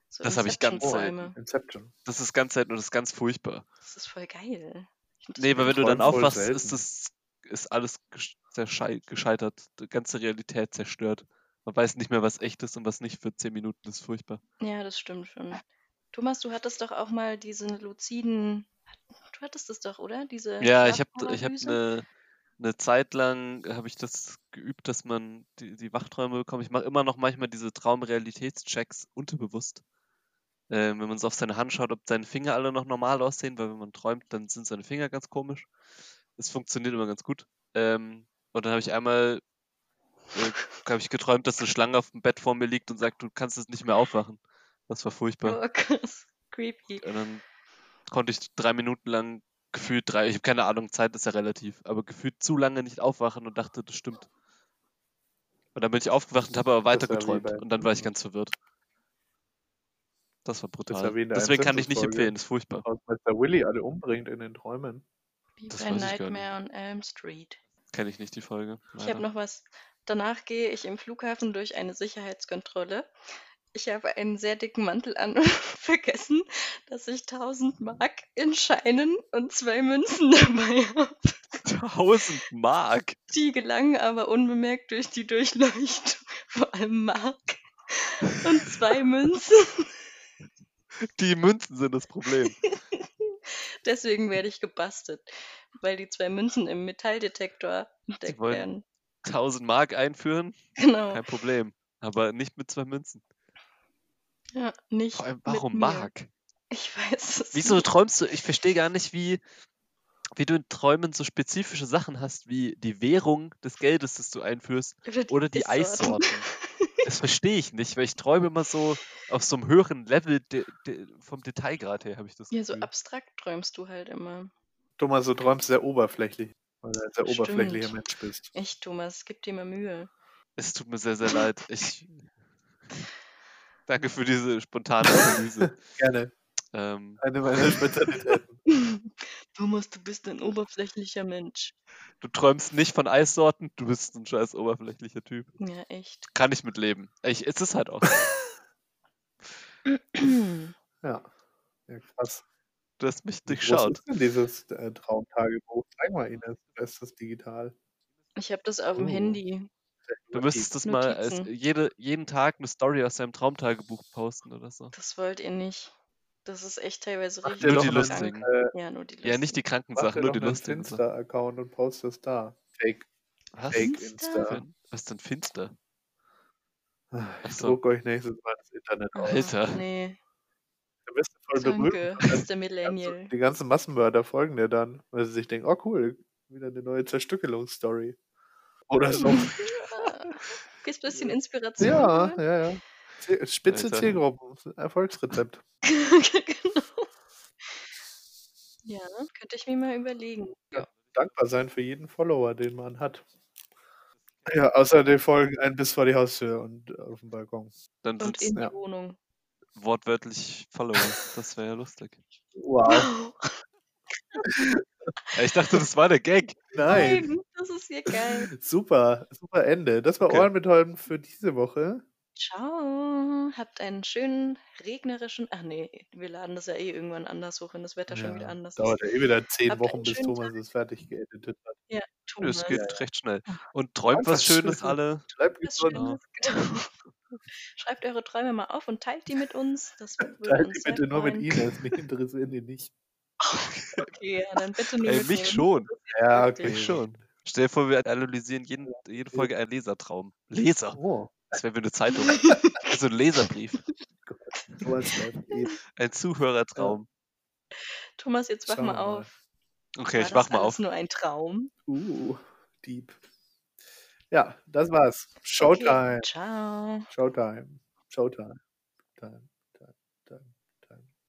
Speaker 2: So
Speaker 3: Das hab ich ganz
Speaker 2: Inception-Träume.
Speaker 1: Inception.
Speaker 3: Das ist ganz selten und das ist ganz furchtbar.
Speaker 2: Das ist voll geil. Ich find das
Speaker 3: Nee, aber wenn du dann
Speaker 1: träumen voll
Speaker 3: aufwachst,
Speaker 1: selten.
Speaker 3: ist das ist alles gesch- zerschei- gescheitert, die ganze Realität zerstört. Man weiß nicht mehr, was echt ist und was nicht für 10 Minuten ist furchtbar.
Speaker 2: Ja, das stimmt schon. Thomas, du hattest doch auch mal diesen luziden. Du hattest das doch, oder? Diese
Speaker 3: Ja, ich habe ich hab
Speaker 2: Schlafanalyse?
Speaker 3: eine eine Zeit lang habe ich das geübt, dass man die, die Wachträume bekommt. Ich mache immer noch manchmal diese Traumrealitätschecks unterbewusst. Ähm, wenn man so auf seine Hand schaut, ob seine Finger alle noch normal aussehen, weil wenn man träumt, dann sind seine Finger ganz komisch. Das funktioniert immer ganz gut. Ähm, und dann habe ich einmal äh, habe ich geträumt, dass eine Schlange auf dem Bett vor mir liegt und sagt, du kannst jetzt nicht mehr aufwachen. Das war furchtbar.
Speaker 2: Oh, krass. [laughs] Creepy.
Speaker 3: Und dann konnte ich drei Minuten lang gefühlt drei, ich habe keine Ahnung, Zeit ist ja relativ, aber gefühlt zu lange nicht aufwachen und dachte, das stimmt. Und dann bin ich aufgewacht und habe aber
Speaker 1: Das
Speaker 3: weiter
Speaker 1: ist ja wie
Speaker 3: geträumt
Speaker 1: bei-
Speaker 3: und dann war ich ganz verwirrt. Das war brutal.
Speaker 1: wie in der
Speaker 3: Deswegen kann ich nicht
Speaker 1: Inception-Folge.
Speaker 3: empfehlen, ist furchtbar.
Speaker 1: Hausmeister Willy alle umbringt in den Träumen.
Speaker 2: Wie
Speaker 3: das
Speaker 2: bei
Speaker 3: weiß ich gar nicht.
Speaker 2: Nightmare on Elm Street.
Speaker 3: Kenne ich nicht die Folge.
Speaker 2: Ich habe
Speaker 3: leider.
Speaker 2: noch was. Danach gehe ich im Flughafen durch eine Sicherheitskontrolle. Ich habe einen sehr dicken Mantel an und [laughs] vergessen, dass ich 1000 Mark in Scheinen und zwei Münzen [laughs] dabei habe.
Speaker 3: 1000 Mark.
Speaker 2: Die gelangen aber unbemerkt durch die Durchleuchtung, [laughs] vor allem Mark [laughs] und zwei Münzen.
Speaker 3: Die Münzen sind das
Speaker 2: [laughs]
Speaker 3: Problem.
Speaker 2: Deswegen werde ich gebastelt, weil die zwei Münzen im Metalldetektor entdeckt
Speaker 3: wollen-
Speaker 2: werden.
Speaker 3: 1000 Mark einführen,
Speaker 2: Genau.
Speaker 3: kein Problem. Aber nicht mit zwei Münzen.
Speaker 2: Ja, nicht
Speaker 3: Vor allem,
Speaker 2: mit
Speaker 3: warum
Speaker 2: mir.
Speaker 3: Mark?
Speaker 2: Ich weiß es
Speaker 3: Wieso
Speaker 2: nicht.
Speaker 3: träumst du? Ich verstehe gar nicht, wie, wie du in Träumen so spezifische Sachen hast, wie die Währung des Geldes, das du einführst, oder die
Speaker 2: Eissorten. [laughs]
Speaker 3: Eissorten. Das verstehe ich nicht, weil ich träume immer so auf so einem höheren Level de, de, vom Detailgrad her, habe ich das
Speaker 2: Ja, so
Speaker 3: Gefühl.
Speaker 2: abstrakt träumst du halt immer.
Speaker 1: Thomas, du träumst sehr oberflächlich, weil du ein sehr
Speaker 2: Stimmt.
Speaker 1: oberflächlicher Mensch bist.
Speaker 2: Echt, Thomas, gib dir mal
Speaker 3: [laughs]
Speaker 2: Mühe.
Speaker 3: Es tut mir sehr, sehr leid. Ich... Danke für diese spontane
Speaker 2: [laughs]
Speaker 3: Analyse.
Speaker 1: Gerne.
Speaker 3: ähm,
Speaker 1: Eine
Speaker 3: [laughs]
Speaker 1: meiner Spezialitäten.
Speaker 2: Thomas, du bist ein oberflächlicher Mensch.
Speaker 3: du träumst nicht von Eissorten, du bist ein scheiß oberflächlicher Typ.
Speaker 2: Ja,
Speaker 3: [clears throat]
Speaker 2: echt.
Speaker 3: Kann ich mitleben. Ich, es ist halt auch.
Speaker 1: Ja. ja krass.
Speaker 3: Du hast mich
Speaker 1: Was
Speaker 3: durchschaut.
Speaker 1: ist denn dieses äh, Traumtagebuch? Zeig mal, Ines. Oder ist das digital?
Speaker 2: Ich habe das auf dem
Speaker 3: Oh.
Speaker 2: Handy.
Speaker 3: Du müsstest das mal als
Speaker 2: Notizen.
Speaker 3: jede, jeden Tag eine Story aus deinem Traumtagebuch posten oder so.
Speaker 2: Das wollt ihr nicht. Das ist echt teilweise
Speaker 1: Mach
Speaker 2: richtig.
Speaker 1: dir
Speaker 3: Nur
Speaker 1: doch
Speaker 3: die
Speaker 1: einen,
Speaker 3: lustigen.
Speaker 1: äh,
Speaker 2: Ja, nur die
Speaker 3: Ja, nicht die kranken
Speaker 1: mach dir
Speaker 3: Sachen,
Speaker 1: doch
Speaker 3: nur die
Speaker 1: einen
Speaker 3: lustigen Sachen.
Speaker 1: Insta-Account und post es da. Fake,
Speaker 3: Was?
Speaker 1: fake
Speaker 2: Insta?
Speaker 1: Insta.
Speaker 3: Fin- Was denn finster?
Speaker 1: Ich
Speaker 3: [laughs] so.
Speaker 1: druck euch nächstes Mal das Internet
Speaker 2: Ah,
Speaker 1: aus.
Speaker 3: Alter.
Speaker 2: Nee,
Speaker 1: Ihr müsst voll berühmt.
Speaker 2: [laughs] danke. Das ist
Speaker 1: Also,
Speaker 2: der Millennial.
Speaker 1: die ganzen Massenmörder folgen dir dann, weil sie sich denken, oh cool, wieder eine neue Zerstückelungsstory. Oder so.
Speaker 2: Ja. Ah, Gibt's ein bisschen
Speaker 1: [laughs]
Speaker 2: Inspiration? [laughs]
Speaker 1: ja,
Speaker 2: oder?
Speaker 1: ja, ja. Ziel- Spitze
Speaker 3: Alter.
Speaker 1: Zielgruppen, das ist ein Erfolgsrezept.
Speaker 2: genau. Ja, könnte ich mir mal überlegen.
Speaker 1: dankbar sein für jeden Follower, den man hat. Ja, außer den Folgen ein bis vor die Haustür und auf dem Balkon.
Speaker 3: Dann
Speaker 2: Und
Speaker 3: wird's
Speaker 2: in die
Speaker 1: ja. [laughs]
Speaker 2: Wohnung.
Speaker 3: wortwörtlich Follower. Das wäre ja lustig.
Speaker 1: Wow.
Speaker 2: Oh,
Speaker 3: Ja, ich dachte, das war der Gag.
Speaker 1: Nein.
Speaker 2: Nein, [laughs] das ist hier geil.
Speaker 1: Super, super Ende. Das war
Speaker 3: Okay.
Speaker 1: Ohrenbetäuben für diese Woche.
Speaker 2: Ciao. Habt einen schönen regnerischen. Ach nee, wir laden das ja eh irgendwann anders hoch, wenn das Wetter schon
Speaker 1: Ja,
Speaker 2: wieder anders ist.
Speaker 1: Dauert ja eh wieder zehn
Speaker 2: Habt
Speaker 1: Wochen,
Speaker 2: einen
Speaker 1: bis
Speaker 2: schönen
Speaker 1: Thomas es fertig geeditet hat.
Speaker 3: Nö, Es
Speaker 2: Thomas.
Speaker 3: geht recht schnell. Und träumt
Speaker 1: Einfach
Speaker 3: was Schönes
Speaker 1: schön.
Speaker 3: alle.
Speaker 1: Bleibt
Speaker 2: Was
Speaker 1: gesund.
Speaker 2: Schönes. [laughs] Genau. Schreibt eure Träume mal auf und teilt die mit uns.
Speaker 1: [laughs]
Speaker 2: Das würde
Speaker 1: Teilt
Speaker 2: uns
Speaker 1: die
Speaker 2: sehr
Speaker 1: bitte nur mit
Speaker 2: freuen.
Speaker 1: Ines. Mich interessieren die nicht.
Speaker 2: Okay, ja, dann bitte nur
Speaker 3: Ey,
Speaker 2: mit mir.
Speaker 3: mich schon.
Speaker 1: Ja,
Speaker 2: Wirklich.
Speaker 1: okay.
Speaker 3: Mich schon. Stell dir vor, wir analysieren jeden, jede Folge einen Lesertraum. Leser.
Speaker 1: Oh,
Speaker 3: Das wäre wie eine Zeitung. Also ein Leserbrief.
Speaker 1: Thomas
Speaker 2: [laughs]
Speaker 1: schreibt eh.
Speaker 3: Ein Zuhörertraum.
Speaker 2: Thomas, jetzt wach
Speaker 1: Schauen
Speaker 2: mal
Speaker 1: wir mal.
Speaker 2: auf.
Speaker 3: Okay,
Speaker 2: War
Speaker 3: ich wach
Speaker 2: das
Speaker 3: mal
Speaker 2: alles
Speaker 3: auf.
Speaker 2: nur ein Traum.
Speaker 1: Uh, deep. Ja, das war's. Showtime.
Speaker 2: Okay, ciao.
Speaker 1: Showtime. Showtime. Time.